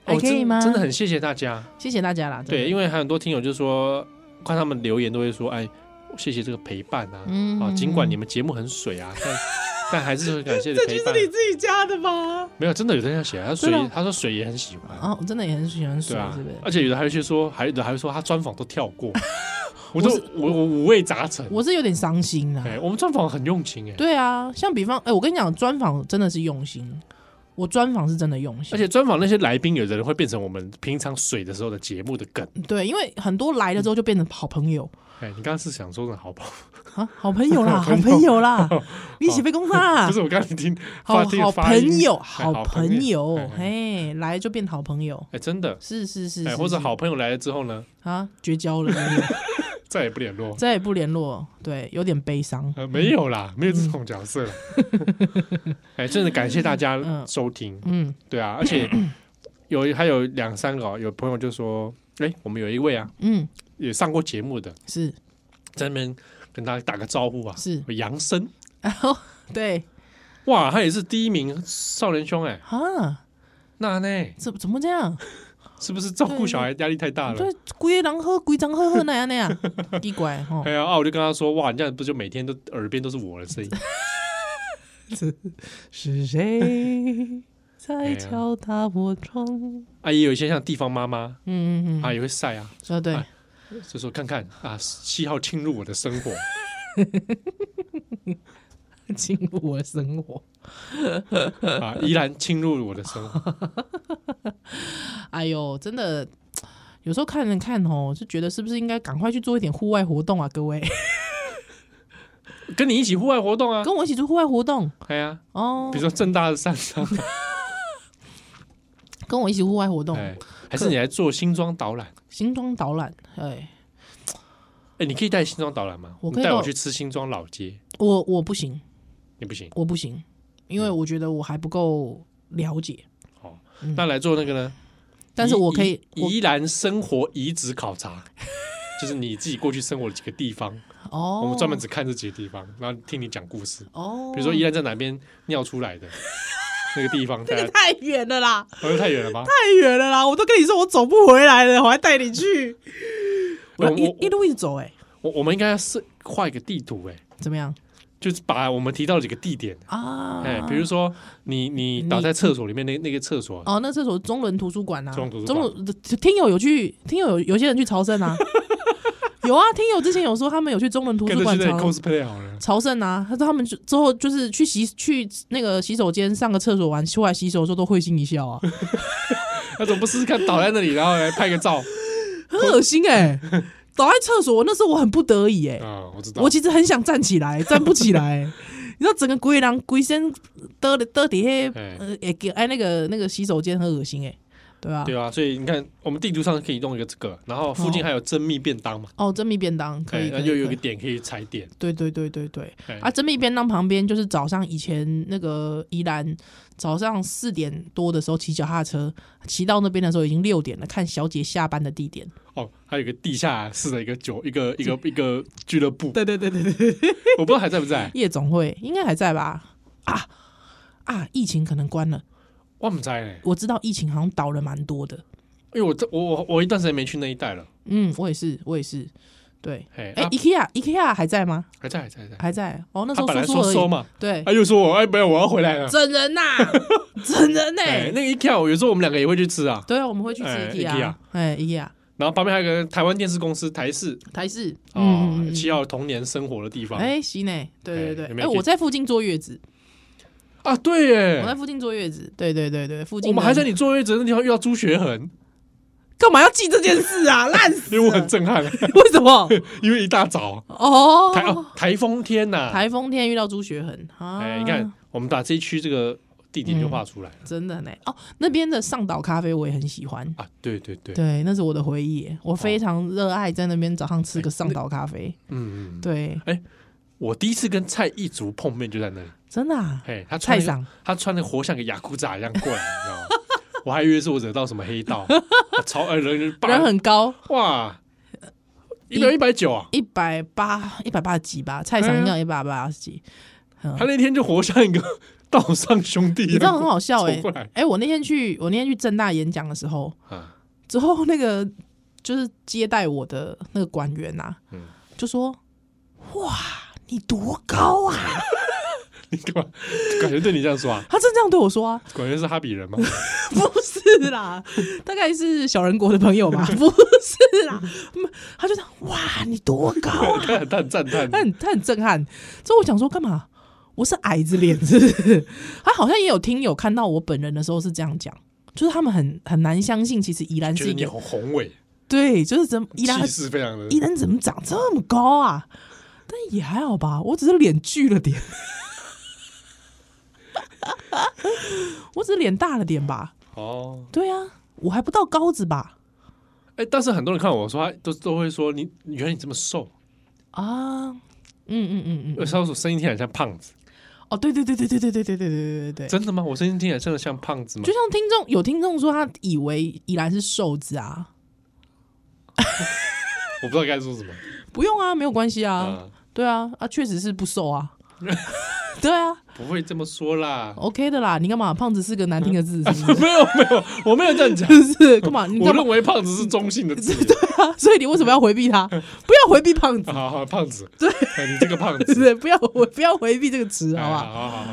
Speaker 3: 还
Speaker 2: 哦
Speaker 3: 可以
Speaker 2: 真
Speaker 3: 吗？
Speaker 2: 真的很谢谢大家。
Speaker 3: 谢谢大家啦。
Speaker 2: 对，因
Speaker 3: 为
Speaker 2: 为还有很多听友就说，看他们留言都会说，哎，谢谢这个陪伴啊，
Speaker 3: 嗯
Speaker 2: 啊，尽管你们节目很水啊，
Speaker 3: *laughs*
Speaker 2: 但但还是会感谢你的陪伴。
Speaker 3: 自己加的吗？
Speaker 2: 没有，真的有人这样写，他说
Speaker 3: 真
Speaker 2: 水
Speaker 3: 的，
Speaker 2: 他说水也很喜欢，
Speaker 3: 哦，我真的也很喜欢水
Speaker 2: 对，啊
Speaker 3: 是不是，？
Speaker 2: 而且有的还会去说，还有的还会说他专访都跳
Speaker 3: *laughs*
Speaker 2: 过，我
Speaker 3: 我
Speaker 2: 都
Speaker 3: 是
Speaker 2: 我我五味杂陈。
Speaker 3: 我是有点伤心啦。
Speaker 2: 哎，我们专访很用心哎，
Speaker 3: 对啊，像比方，哎，我跟你讲，专访真的是用心，我专访是真的用心，
Speaker 2: 而且专访那些来宾，有的人会变成我们平常水的时候的节目的梗。
Speaker 3: 对，因为很多来了之后就变成好朋友
Speaker 2: 哎，你刚刚是想说的好不好？
Speaker 3: 啊，好朋友啦，
Speaker 2: 好
Speaker 3: 好
Speaker 2: 朋友
Speaker 3: 朋友啦，一起被攻杀
Speaker 2: *laughs* 不，是我刚刚听
Speaker 3: 啊好
Speaker 2: 发听
Speaker 3: 好
Speaker 2: 发音
Speaker 3: 朋友，
Speaker 2: 哎
Speaker 3: 好朋友
Speaker 2: 哎，哎
Speaker 3: 哎，来就变好朋友，
Speaker 2: 哎，真的，
Speaker 3: 是是是，
Speaker 2: 哎，
Speaker 3: 是
Speaker 2: 或者
Speaker 3: 是
Speaker 2: 好朋友来了之后呢，
Speaker 3: 啊，绝交了。 *laughs* 真的
Speaker 2: 再也不联络。
Speaker 3: 再也不联络，对，有点悲伤。
Speaker 2: 呃，没有啦，没有
Speaker 3: 嗯
Speaker 2: 这种角
Speaker 3: *laughs*
Speaker 2: 色啦。哎，真的感谢大家
Speaker 3: 嗯
Speaker 2: 收听，
Speaker 3: 嗯
Speaker 2: 对啊，而且有还有两三个、哦，有朋友就说，哎、我们有一位啊，
Speaker 3: 嗯，
Speaker 2: 也上过节目的，
Speaker 3: 是
Speaker 2: 在那边跟大家打个招呼啊。
Speaker 3: 是
Speaker 2: 杨森，
Speaker 3: 然后对
Speaker 2: 哇，他也是第一名少年兄哎、
Speaker 3: 啊，
Speaker 2: 那呢，
Speaker 3: 怎怎么这样？
Speaker 2: 是不是照顾小孩压力太大了？
Speaker 3: 嗯对，哦规人喝，规张喝喝那样那样，奇怪
Speaker 2: *laughs*
Speaker 3: 哈
Speaker 2: 哎。呀啊！我就跟他说，哇，你这样不就每天都耳边都是我的声音？
Speaker 3: 是谁在
Speaker 2: 呀
Speaker 3: 敲打我窗？嗯
Speaker 2: 啊，也有一些像地方妈妈
Speaker 3: 嗯嗯，
Speaker 2: 啊，也会晒啊，
Speaker 3: 说对
Speaker 2: 哎就说看看啊，七号侵入我的生活，
Speaker 3: *laughs* 进入我的生活。 *laughs*
Speaker 2: 啊，依然侵入了我的生活。
Speaker 3: 哎呦，真的，有时候看人看哦，就觉得是不是应该赶快去做一点户外活动啊，各位， *laughs*
Speaker 2: 跟你一起户外活动啊，
Speaker 3: 跟我一起做户外活动
Speaker 2: 哎呀，
Speaker 3: 哦
Speaker 2: 比，如说正大的山上，
Speaker 3: 跟我一起户外活动，
Speaker 2: 哎，还是你来做新装导览？
Speaker 3: 新装导览，哎，
Speaker 2: 哎，你可以带新装导览吗？
Speaker 3: 我
Speaker 2: 你
Speaker 3: 可以
Speaker 2: 带
Speaker 3: 到
Speaker 2: 我去吃新庄老街，
Speaker 3: 我我不行，
Speaker 2: 你不行
Speaker 3: 我不行，因
Speaker 2: 嗯
Speaker 3: 为我觉得我还不够了解，
Speaker 2: 哦。那来做那个呢？
Speaker 3: 嗯但是
Speaker 2: 宜
Speaker 3: 我可以，
Speaker 2: 宜宜兰生活遗址考察， *laughs* 就是你自己过去生活的几个地方，
Speaker 3: 我哦，
Speaker 2: 我们专门只看这几个地方，然后听你讲故事。
Speaker 3: 哦，
Speaker 2: 比如说宜兰在哪边尿出
Speaker 3: *laughs*
Speaker 2: 来的那个地方，大
Speaker 3: 这
Speaker 2: 家
Speaker 3: 个 *laughs* 太远了啦，
Speaker 2: 好像太远了吗？
Speaker 3: 太远了啦，我都跟你说我走不回来了，我还带你去，
Speaker 2: 我
Speaker 3: 我要一
Speaker 2: 我
Speaker 3: 一路一直走，哎，
Speaker 2: 我我们应该是画一个地图，哎，
Speaker 3: 怎么样
Speaker 2: 就是把我们提到的几个地点。
Speaker 3: 啊？
Speaker 2: 哎，比如说你你倒在厕所里面那那个厕所，
Speaker 3: 哦，那厕所中伦图书馆啊，
Speaker 2: 中仑图书
Speaker 3: 中仑听友有去，听友有有些人去朝圣
Speaker 2: *laughs*
Speaker 3: 啊，有啊，听友之前有说他们有去中伦图
Speaker 2: 跟
Speaker 3: 书
Speaker 2: 着
Speaker 3: 馆
Speaker 2: 去那里
Speaker 3: 朝
Speaker 2: cosplay 好了。
Speaker 3: 朝圣啊，他说他们就之后就是去洗去那个洗手间上个厕所完出来洗手的时候都会心
Speaker 2: *laughs*
Speaker 3: 一笑啊，
Speaker 2: 那怎么不试试看倒在那里，然后来拍个
Speaker 3: *laughs*
Speaker 2: 照？
Speaker 3: 很恶心哎、倒在厕所那时候我很不得已哎、
Speaker 2: 啊，我知道
Speaker 3: 我。其实很想站起
Speaker 2: *laughs*
Speaker 3: 来，站不起来、你知道整个鬼狼鬼身得得底下
Speaker 2: 哎
Speaker 3: 呃也给哎那个那个洗手间很恶心哎、对啊，
Speaker 2: 对啊，所以你看，我们地图上可以弄一个这个，然后附近还有珍蜜便当嘛，
Speaker 3: 哦，珍蜜便当可
Speaker 2: 哎
Speaker 3: 以，
Speaker 2: 那
Speaker 3: 可以
Speaker 2: 又有一
Speaker 3: 可
Speaker 2: 个
Speaker 3: 以
Speaker 2: 点可以踩点。
Speaker 3: 对对对对对，
Speaker 2: 哎
Speaker 3: 啊，珍蜜便当旁边就是早上以前那个宜兰早上四点多的时候骑脚踏车，骑到那边的时候已经六点了，看小姐下班的地点。
Speaker 2: 哦，还有一个地下室的一个酒，一个
Speaker 3: *laughs*
Speaker 2: 一个一个俱乐部，
Speaker 3: 对对对对对，
Speaker 2: 我不知道还在不在。
Speaker 3: 夜总会应该还在吧？啊啊，疫情可能关了，
Speaker 2: 我不在嘞，
Speaker 3: 我知道疫情好像倒了蛮多的。
Speaker 2: 因为我这我我我一段时间没去那一带了。
Speaker 3: 嗯，我也是，我也是。对，
Speaker 2: 哎、
Speaker 3: 哎、
Speaker 2: 啊
Speaker 3: i k e a IKEA 还在吗？
Speaker 2: 还在还在还在。
Speaker 3: 还在哦，那时
Speaker 2: 他
Speaker 3: 候
Speaker 2: 本来
Speaker 3: 叔叔
Speaker 2: 说
Speaker 3: 而已。
Speaker 2: 收嘛，
Speaker 3: 对，
Speaker 2: 他又说我哎没有，我要回来了。
Speaker 3: 整
Speaker 2: *laughs*
Speaker 3: 人呐、整人呢、
Speaker 2: 哎、那个 IKEA 有时候我们两个也会去吃啊。
Speaker 3: 对啊，我们会去吃
Speaker 2: 哎
Speaker 3: IKEA，哎、IKEA
Speaker 2: 然后旁边还有一个台湾电视公司台视
Speaker 3: 台式，
Speaker 2: 啊
Speaker 3: 嗯嗯，嗯
Speaker 2: 七号童年生活的地方。
Speaker 3: 哎，行呢，对对
Speaker 2: 哎有
Speaker 3: 对，
Speaker 2: 没
Speaker 3: 哎，
Speaker 2: 有
Speaker 3: 我在附近坐月子，
Speaker 2: 啊，对
Speaker 3: 我在
Speaker 2: 耶，
Speaker 3: 附近坐月子，对对对对，附近
Speaker 2: 我们还在
Speaker 3: 你
Speaker 2: 你坐月子那地方遇到朱学恒，
Speaker 3: 干嘛要记这件事啊？烂死 *laughs*
Speaker 2: *laughs* 因为我很
Speaker 3: 了！
Speaker 2: 震撼，
Speaker 3: 为什么？
Speaker 2: 因为一大早台
Speaker 3: 哦，
Speaker 2: 哦台风天呐、
Speaker 3: 台风天遇到朱学恒啊！嗯
Speaker 2: 哎、你看，我们把这一区这个地点就画出来了、
Speaker 3: 真的呢。哦，那边的上岛咖啡我也很喜欢，
Speaker 2: 啊，对对对，哦
Speaker 3: 对，那是我的回忆耶，我非常热爱在那边早上吃个上岛咖啡。
Speaker 2: 哎嗯嗯，嗯
Speaker 3: 对，
Speaker 2: 我第一次跟蔡一族碰面就在那里，
Speaker 3: 真的啊，
Speaker 2: 嘿，他穿
Speaker 3: 菜
Speaker 2: 的
Speaker 3: 赏
Speaker 2: 他穿的活像个雅库扎一样过来，你知道吗？ *laughs* 我还以为是我惹到什么黑
Speaker 3: *laughs*
Speaker 2: 道，啊超呃人人
Speaker 3: 人很高，
Speaker 2: 哇，一秒一百九啊！
Speaker 3: 一百八一百八十几吧，菜赏应该一百八十几。
Speaker 2: 哎他那天就活像一个道上兄弟一
Speaker 3: 嗯你
Speaker 2: 样，
Speaker 3: 知道很
Speaker 2: *laughs*
Speaker 3: 好笑哎、
Speaker 2: 走过来
Speaker 3: 哎、我那天去我那天去正大演讲的时候，
Speaker 2: 啊， *laughs*
Speaker 3: 之后那个就是接待我的那个官员呐、
Speaker 2: 嗯
Speaker 3: 就说：“哇，你多高啊
Speaker 2: 你干嘛？感觉对你这样说啊？”？
Speaker 3: 他真这样对我说啊， *laughs*
Speaker 2: 感觉是哈比人吗？
Speaker 3: 不是啦，大概是小人国的朋友吧，不是啦，嗯他就讲：“哇，你多高啊
Speaker 2: 他很他很赞叹！”
Speaker 3: 他很他很震撼。之后我想说干嘛？我是矮子脸是不是？他好像也有听友看到我本人的时候是这样讲，就是他们很很难相信，其实宜兰
Speaker 2: 觉得
Speaker 3: 是一
Speaker 2: 你
Speaker 3: 个
Speaker 2: 很宏伟，
Speaker 3: 对，就是怎么宜兰
Speaker 2: 气势非常的
Speaker 3: 伊人怎么长这么高啊？但也还好吧，我只是脸巨了点，我只是脸大了点吧。
Speaker 2: 哦。
Speaker 3: 对啊，我还不到高子吧？
Speaker 2: 哎，但是很多人看我说，他都都会说你，原来你这么瘦，
Speaker 3: 啊，嗯嗯嗯嗯，
Speaker 2: 我说我声音听起来像胖子，
Speaker 3: 哦，对对对对对对对对对对对对。
Speaker 2: 真的吗？我声音听起来真的像胖子吗
Speaker 3: 就？像听众有听众说，他以为依然是瘦子啊，
Speaker 2: 我不知道该说什么。
Speaker 3: 不用啊，没有关系啊，
Speaker 2: 啊，
Speaker 3: 对啊，啊，确实是不
Speaker 2: *laughs*
Speaker 3: 瘦啊，对啊
Speaker 2: 不会这么说啦。
Speaker 3: ，OK 的啦，你干嘛？胖子是个难听的字，
Speaker 2: *laughs*
Speaker 3: 是不是
Speaker 2: 没有没有，我没有这样讲。
Speaker 3: 是不是？干嘛？ *laughs* 你
Speaker 2: 我
Speaker 3: 干嘛
Speaker 2: 认？为胖子是中性的
Speaker 3: *laughs*
Speaker 2: 字。
Speaker 3: 啊所以你为什么要回避他？不
Speaker 2: 嗯
Speaker 3: 要回避胖
Speaker 2: *laughs*
Speaker 3: 子，
Speaker 2: 好好，胖子，对，你这个胖子
Speaker 3: *laughs* 是，不是？不要我不要回避这个词，
Speaker 2: 哎
Speaker 3: 好不好？
Speaker 2: 好好好，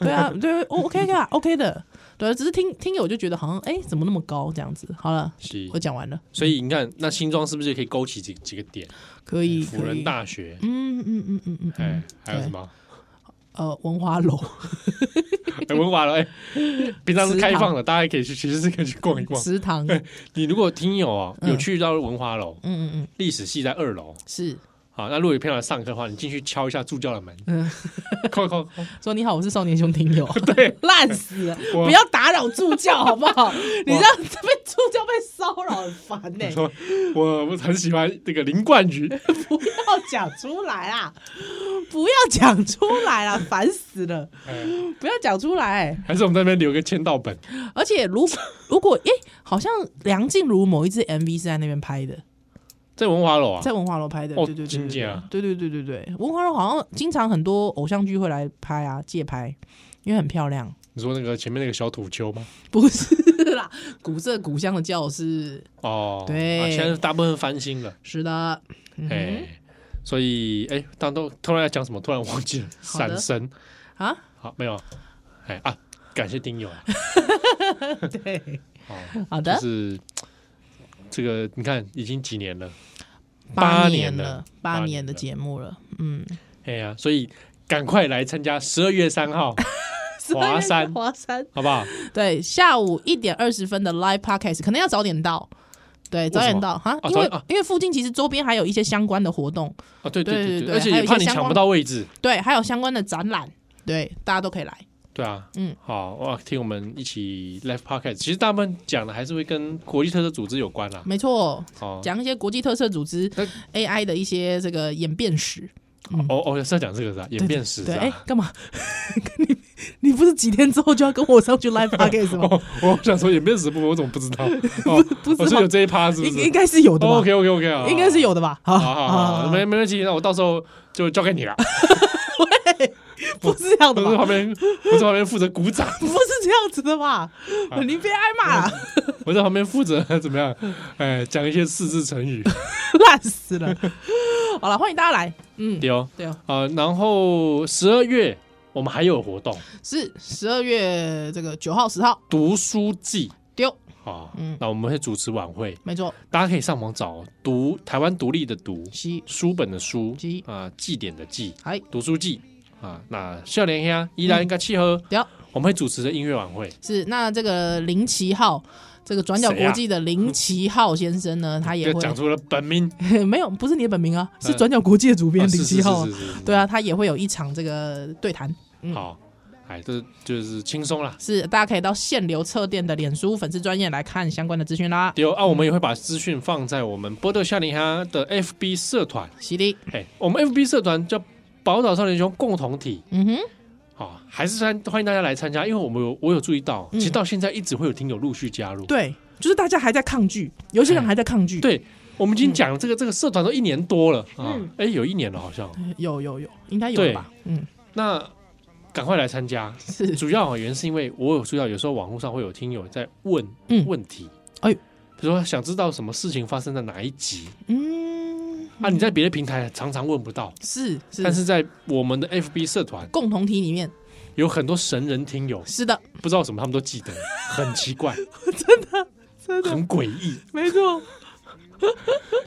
Speaker 3: 对啊，对哦，OK 的，OK 的，对，啊只是听听友就觉得好像哎，怎么那么高这样子？好了，
Speaker 2: 是
Speaker 3: 我讲完了，
Speaker 2: 嗯所以你看，那新庄是不是就可以勾起几几个点？
Speaker 3: 可以，
Speaker 2: 哎辅
Speaker 3: 可
Speaker 2: 仁
Speaker 3: 以，
Speaker 2: 大学，
Speaker 3: 嗯嗯嗯嗯嗯
Speaker 2: 哎
Speaker 3: 嗯，，
Speaker 2: 还有什么？
Speaker 3: 呃，文
Speaker 2: *laughs*
Speaker 3: 华楼
Speaker 2: 哎，文华了，哎，平常是开放的，大家可以去，其实是可以去逛一逛。
Speaker 3: 食堂，
Speaker 2: 哎
Speaker 3: 嗯
Speaker 2: 你如果听友啊，
Speaker 3: 嗯
Speaker 2: 有去到文华楼，
Speaker 3: 嗯嗯，
Speaker 2: 历史系在二楼。
Speaker 3: 是，
Speaker 2: 好，那如果有朋友来上课的话，你进去敲一下助教的门，
Speaker 3: 嗯，
Speaker 2: *laughs* 扣扣，叩
Speaker 3: 说你好，我是少年兄听友，
Speaker 2: *laughs* 对，
Speaker 3: *laughs* 烂死了，
Speaker 2: 我
Speaker 3: 不要打扰助教好不
Speaker 2: *laughs*
Speaker 3: 好？你这样子 *laughs* 被助教被骚扰，很烦欸呢、
Speaker 2: 说我我很喜欢那个林冠宇， *laughs*
Speaker 3: 不要讲出来啦，不要讲出来
Speaker 2: *laughs*
Speaker 3: 啦，烦死了，
Speaker 2: 哎
Speaker 3: 不要讲出来、
Speaker 2: 还是我们在那边留个签到本，
Speaker 3: 而且如如果诶、好像梁静茹某一支 MV 是在那边拍的，
Speaker 2: 在文华楼啊，
Speaker 3: 在文化楼拍的，
Speaker 2: 哦
Speaker 3: 对对对
Speaker 2: 真
Speaker 3: 对
Speaker 2: 假啊
Speaker 3: 对对对对对，文化楼好像经常很多偶像剧会来拍啊，借拍，因为很漂亮。
Speaker 2: 你说那个前面那个小土丘吗？
Speaker 3: 不是啦，古色古香的教室，
Speaker 2: 哦，
Speaker 3: 对
Speaker 2: 啊现在大部分翻新了，
Speaker 3: 是的，嗯哼
Speaker 2: 哎，所以哎，当都突然要讲什么，突然忘记了，
Speaker 3: 好的
Speaker 2: 闪身，
Speaker 3: 啊，
Speaker 2: 好没有，哎啊，感谢听友啊，
Speaker 3: 对，
Speaker 2: 哦，
Speaker 3: 好的
Speaker 2: 就，是这个你看已经几年了，
Speaker 3: 八
Speaker 2: 八
Speaker 3: 年
Speaker 2: 年了
Speaker 3: 了，
Speaker 2: 八
Speaker 3: 八
Speaker 2: 年
Speaker 3: 年的
Speaker 2: 了
Speaker 3: 节目了，嗯，
Speaker 2: 哎呀，所以赶快来参加十二月三
Speaker 3: *laughs*
Speaker 2: 号华山，
Speaker 3: 华山，
Speaker 2: 好不好？
Speaker 3: 对，下午一点二十分的 live podcast，可能要早点到。对，早
Speaker 2: 为什
Speaker 3: 点
Speaker 2: 么
Speaker 3: 到哈，
Speaker 2: 哦
Speaker 3: 因
Speaker 2: 早
Speaker 3: 为
Speaker 2: 点啊
Speaker 3: 因为附近其实周边还有一些相关的活动，
Speaker 2: 啊，对
Speaker 3: 对
Speaker 2: 对
Speaker 3: 对对
Speaker 2: 而且
Speaker 3: 还
Speaker 2: 也
Speaker 3: 有一
Speaker 2: 怕
Speaker 3: 些
Speaker 2: 你
Speaker 3: 相
Speaker 2: 抢
Speaker 3: 关
Speaker 2: 不到位置，
Speaker 3: 对，还有相关的展览，对，大家都可以来。
Speaker 2: 对啊，
Speaker 3: 嗯
Speaker 2: 嗯，好哇，听我们一起 live podcast，其实大部分讲的还是会跟国际特色组织有关啦，
Speaker 3: 没错，
Speaker 2: 哦，
Speaker 3: 讲一些国际特色组织
Speaker 2: 那
Speaker 3: AI 的一些这个演变史。
Speaker 2: 哦哦是要讲这个是吧？演变史是
Speaker 3: 对，哎
Speaker 2: 吧？，
Speaker 3: 干嘛？ *laughs* 你你不是几天之后就要跟我上去 live podcast
Speaker 2: *laughs*
Speaker 3: 吗？
Speaker 2: 哦，我想说演变史部分我怎么不知
Speaker 3: *laughs*
Speaker 2: 道？哦，
Speaker 3: 不
Speaker 2: 我
Speaker 3: 是
Speaker 2: 是
Speaker 3: 吗
Speaker 2: 有这一趴是不
Speaker 3: 应应
Speaker 2: 是
Speaker 3: 该是有的吧？
Speaker 2: ？OK OK OK，
Speaker 3: 应该是。有的吧？啊好
Speaker 2: 好好好好，没没问题，那我到时候就交给你了。 *laughs*
Speaker 3: 不是这样
Speaker 2: 我
Speaker 3: 的
Speaker 2: 在
Speaker 3: 吧？
Speaker 2: *laughs* 旁边，我在旁边负责鼓掌， *laughs*
Speaker 3: 不是这样子的吧？你别挨骂啊了，
Speaker 2: 我在旁边负责怎么样？哎，讲一些四字成语，
Speaker 3: 烂死了。好了，欢迎大家来。嗯，
Speaker 2: 对哦。
Speaker 3: 对哦，
Speaker 2: 啊，然后十二月我们还有活动，
Speaker 3: 是十二月这个九号、十号
Speaker 2: 读书季
Speaker 3: 丢，
Speaker 2: 啊
Speaker 3: 嗯，
Speaker 2: 那我们会主持晚会，
Speaker 3: 没错，
Speaker 2: 大家可以上网找哦读台湾独立的读
Speaker 3: 西
Speaker 2: 书本的书
Speaker 3: 记
Speaker 2: 啊，祭典的祭，
Speaker 3: 哎
Speaker 2: 读书季啊，那笑脸呀依然应
Speaker 3: 嗯
Speaker 2: 该契合，
Speaker 3: 丢。
Speaker 2: 我们会主持的音乐晚会，
Speaker 3: 是，那这个林奇浩，这个转角国际的林奇浩先生呢，他
Speaker 2: *laughs*
Speaker 3: 也
Speaker 2: 就啊讲
Speaker 3: 会
Speaker 2: 出了本
Speaker 3: *laughs*
Speaker 2: 名
Speaker 3: 没有，不是你的本名啊，
Speaker 2: *laughs*
Speaker 3: 是
Speaker 2: 嗯
Speaker 3: 转角国际的主编
Speaker 2: 啊
Speaker 3: 林
Speaker 2: 是
Speaker 3: 奇
Speaker 2: 是
Speaker 3: 浩啊
Speaker 2: 是，是是，
Speaker 3: 对啊，他也会有一场这个对谈，嗯
Speaker 2: 好，哎，这就是轻松啦。
Speaker 3: 是大家可以到限流测店的脸书粉丝专业来看相关的资讯啦。
Speaker 2: 丢啊，我们也会把资讯放在我们波特夏令哈的 FB 社团，
Speaker 3: 犀利，
Speaker 2: 哎，我们 FB 社团叫宝岛少年兄共同体。
Speaker 3: 嗯哼，
Speaker 2: 好，还是参欢迎大家来参加，因为我们有我有注意到，其实到现在一直会有听友陆续加入。
Speaker 3: 嗯对，就是大家还在抗拒，有些人还在抗拒，，
Speaker 2: 哎对，我们已经讲这个这个社团都一年多了啊，
Speaker 3: 嗯
Speaker 2: 哎，有一年了好像。
Speaker 3: 有有有，应该有了吧？嗯，
Speaker 2: 那赶快来参加，
Speaker 3: 是，
Speaker 2: 主要原因是因为我有注意到，有时候网络上会有听友在问
Speaker 3: 嗯
Speaker 2: 问题，
Speaker 3: 哎呦
Speaker 2: 比如说想知道什么事情发生在哪一集
Speaker 3: 嗯，
Speaker 2: 啊，你在别的平台常常问不到，
Speaker 3: 是是，
Speaker 2: 但是在我们的 FB 社团
Speaker 3: 共同体里面
Speaker 2: 有很多神人听友，
Speaker 3: 是的，
Speaker 2: 不知道什么他们都记得，很奇
Speaker 3: *laughs*
Speaker 2: 怪，真的真的很诡异，
Speaker 3: 没错。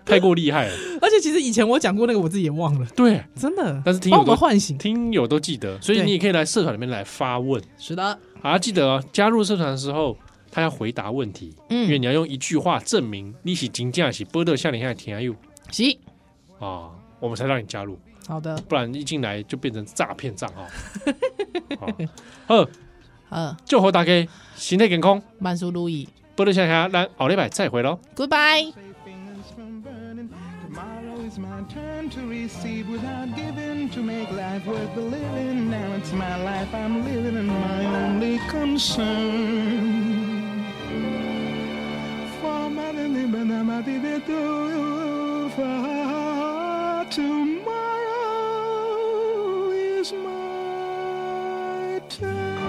Speaker 2: 太过厉害了。
Speaker 3: 而且其实以前我讲过那个，我自己也忘了，
Speaker 2: 对，
Speaker 3: 真的。
Speaker 2: 但是听
Speaker 3: 帮
Speaker 2: 友
Speaker 3: 哦我
Speaker 2: 都
Speaker 3: 们唤醒。
Speaker 2: 听友都记得，所以
Speaker 3: 对
Speaker 2: 你也可以来社团里面来发问
Speaker 3: 是的，
Speaker 2: 啊。记得哦，加入社团的时候，他要回答问题，因为
Speaker 3: 嗯，
Speaker 2: 你要用一句话证明你是金价是波特夏林夏田阿佑
Speaker 3: 行，
Speaker 2: 啊，我们才让你加入，
Speaker 3: 好的，
Speaker 2: 不然一进来就变成诈骗账号。好，呃，
Speaker 3: 呃，
Speaker 2: 就和大家心内健康，
Speaker 3: 慢速路易
Speaker 2: 波特夏林夏，咱后礼拜再会喽。
Speaker 3: ，Goodbye。
Speaker 1: Save fingers from burning. Tomorrow is my turn to receive without giving to make life worth the living. Now it's my life I'm living and my only concern. For my living, but I'm a bit too far shine.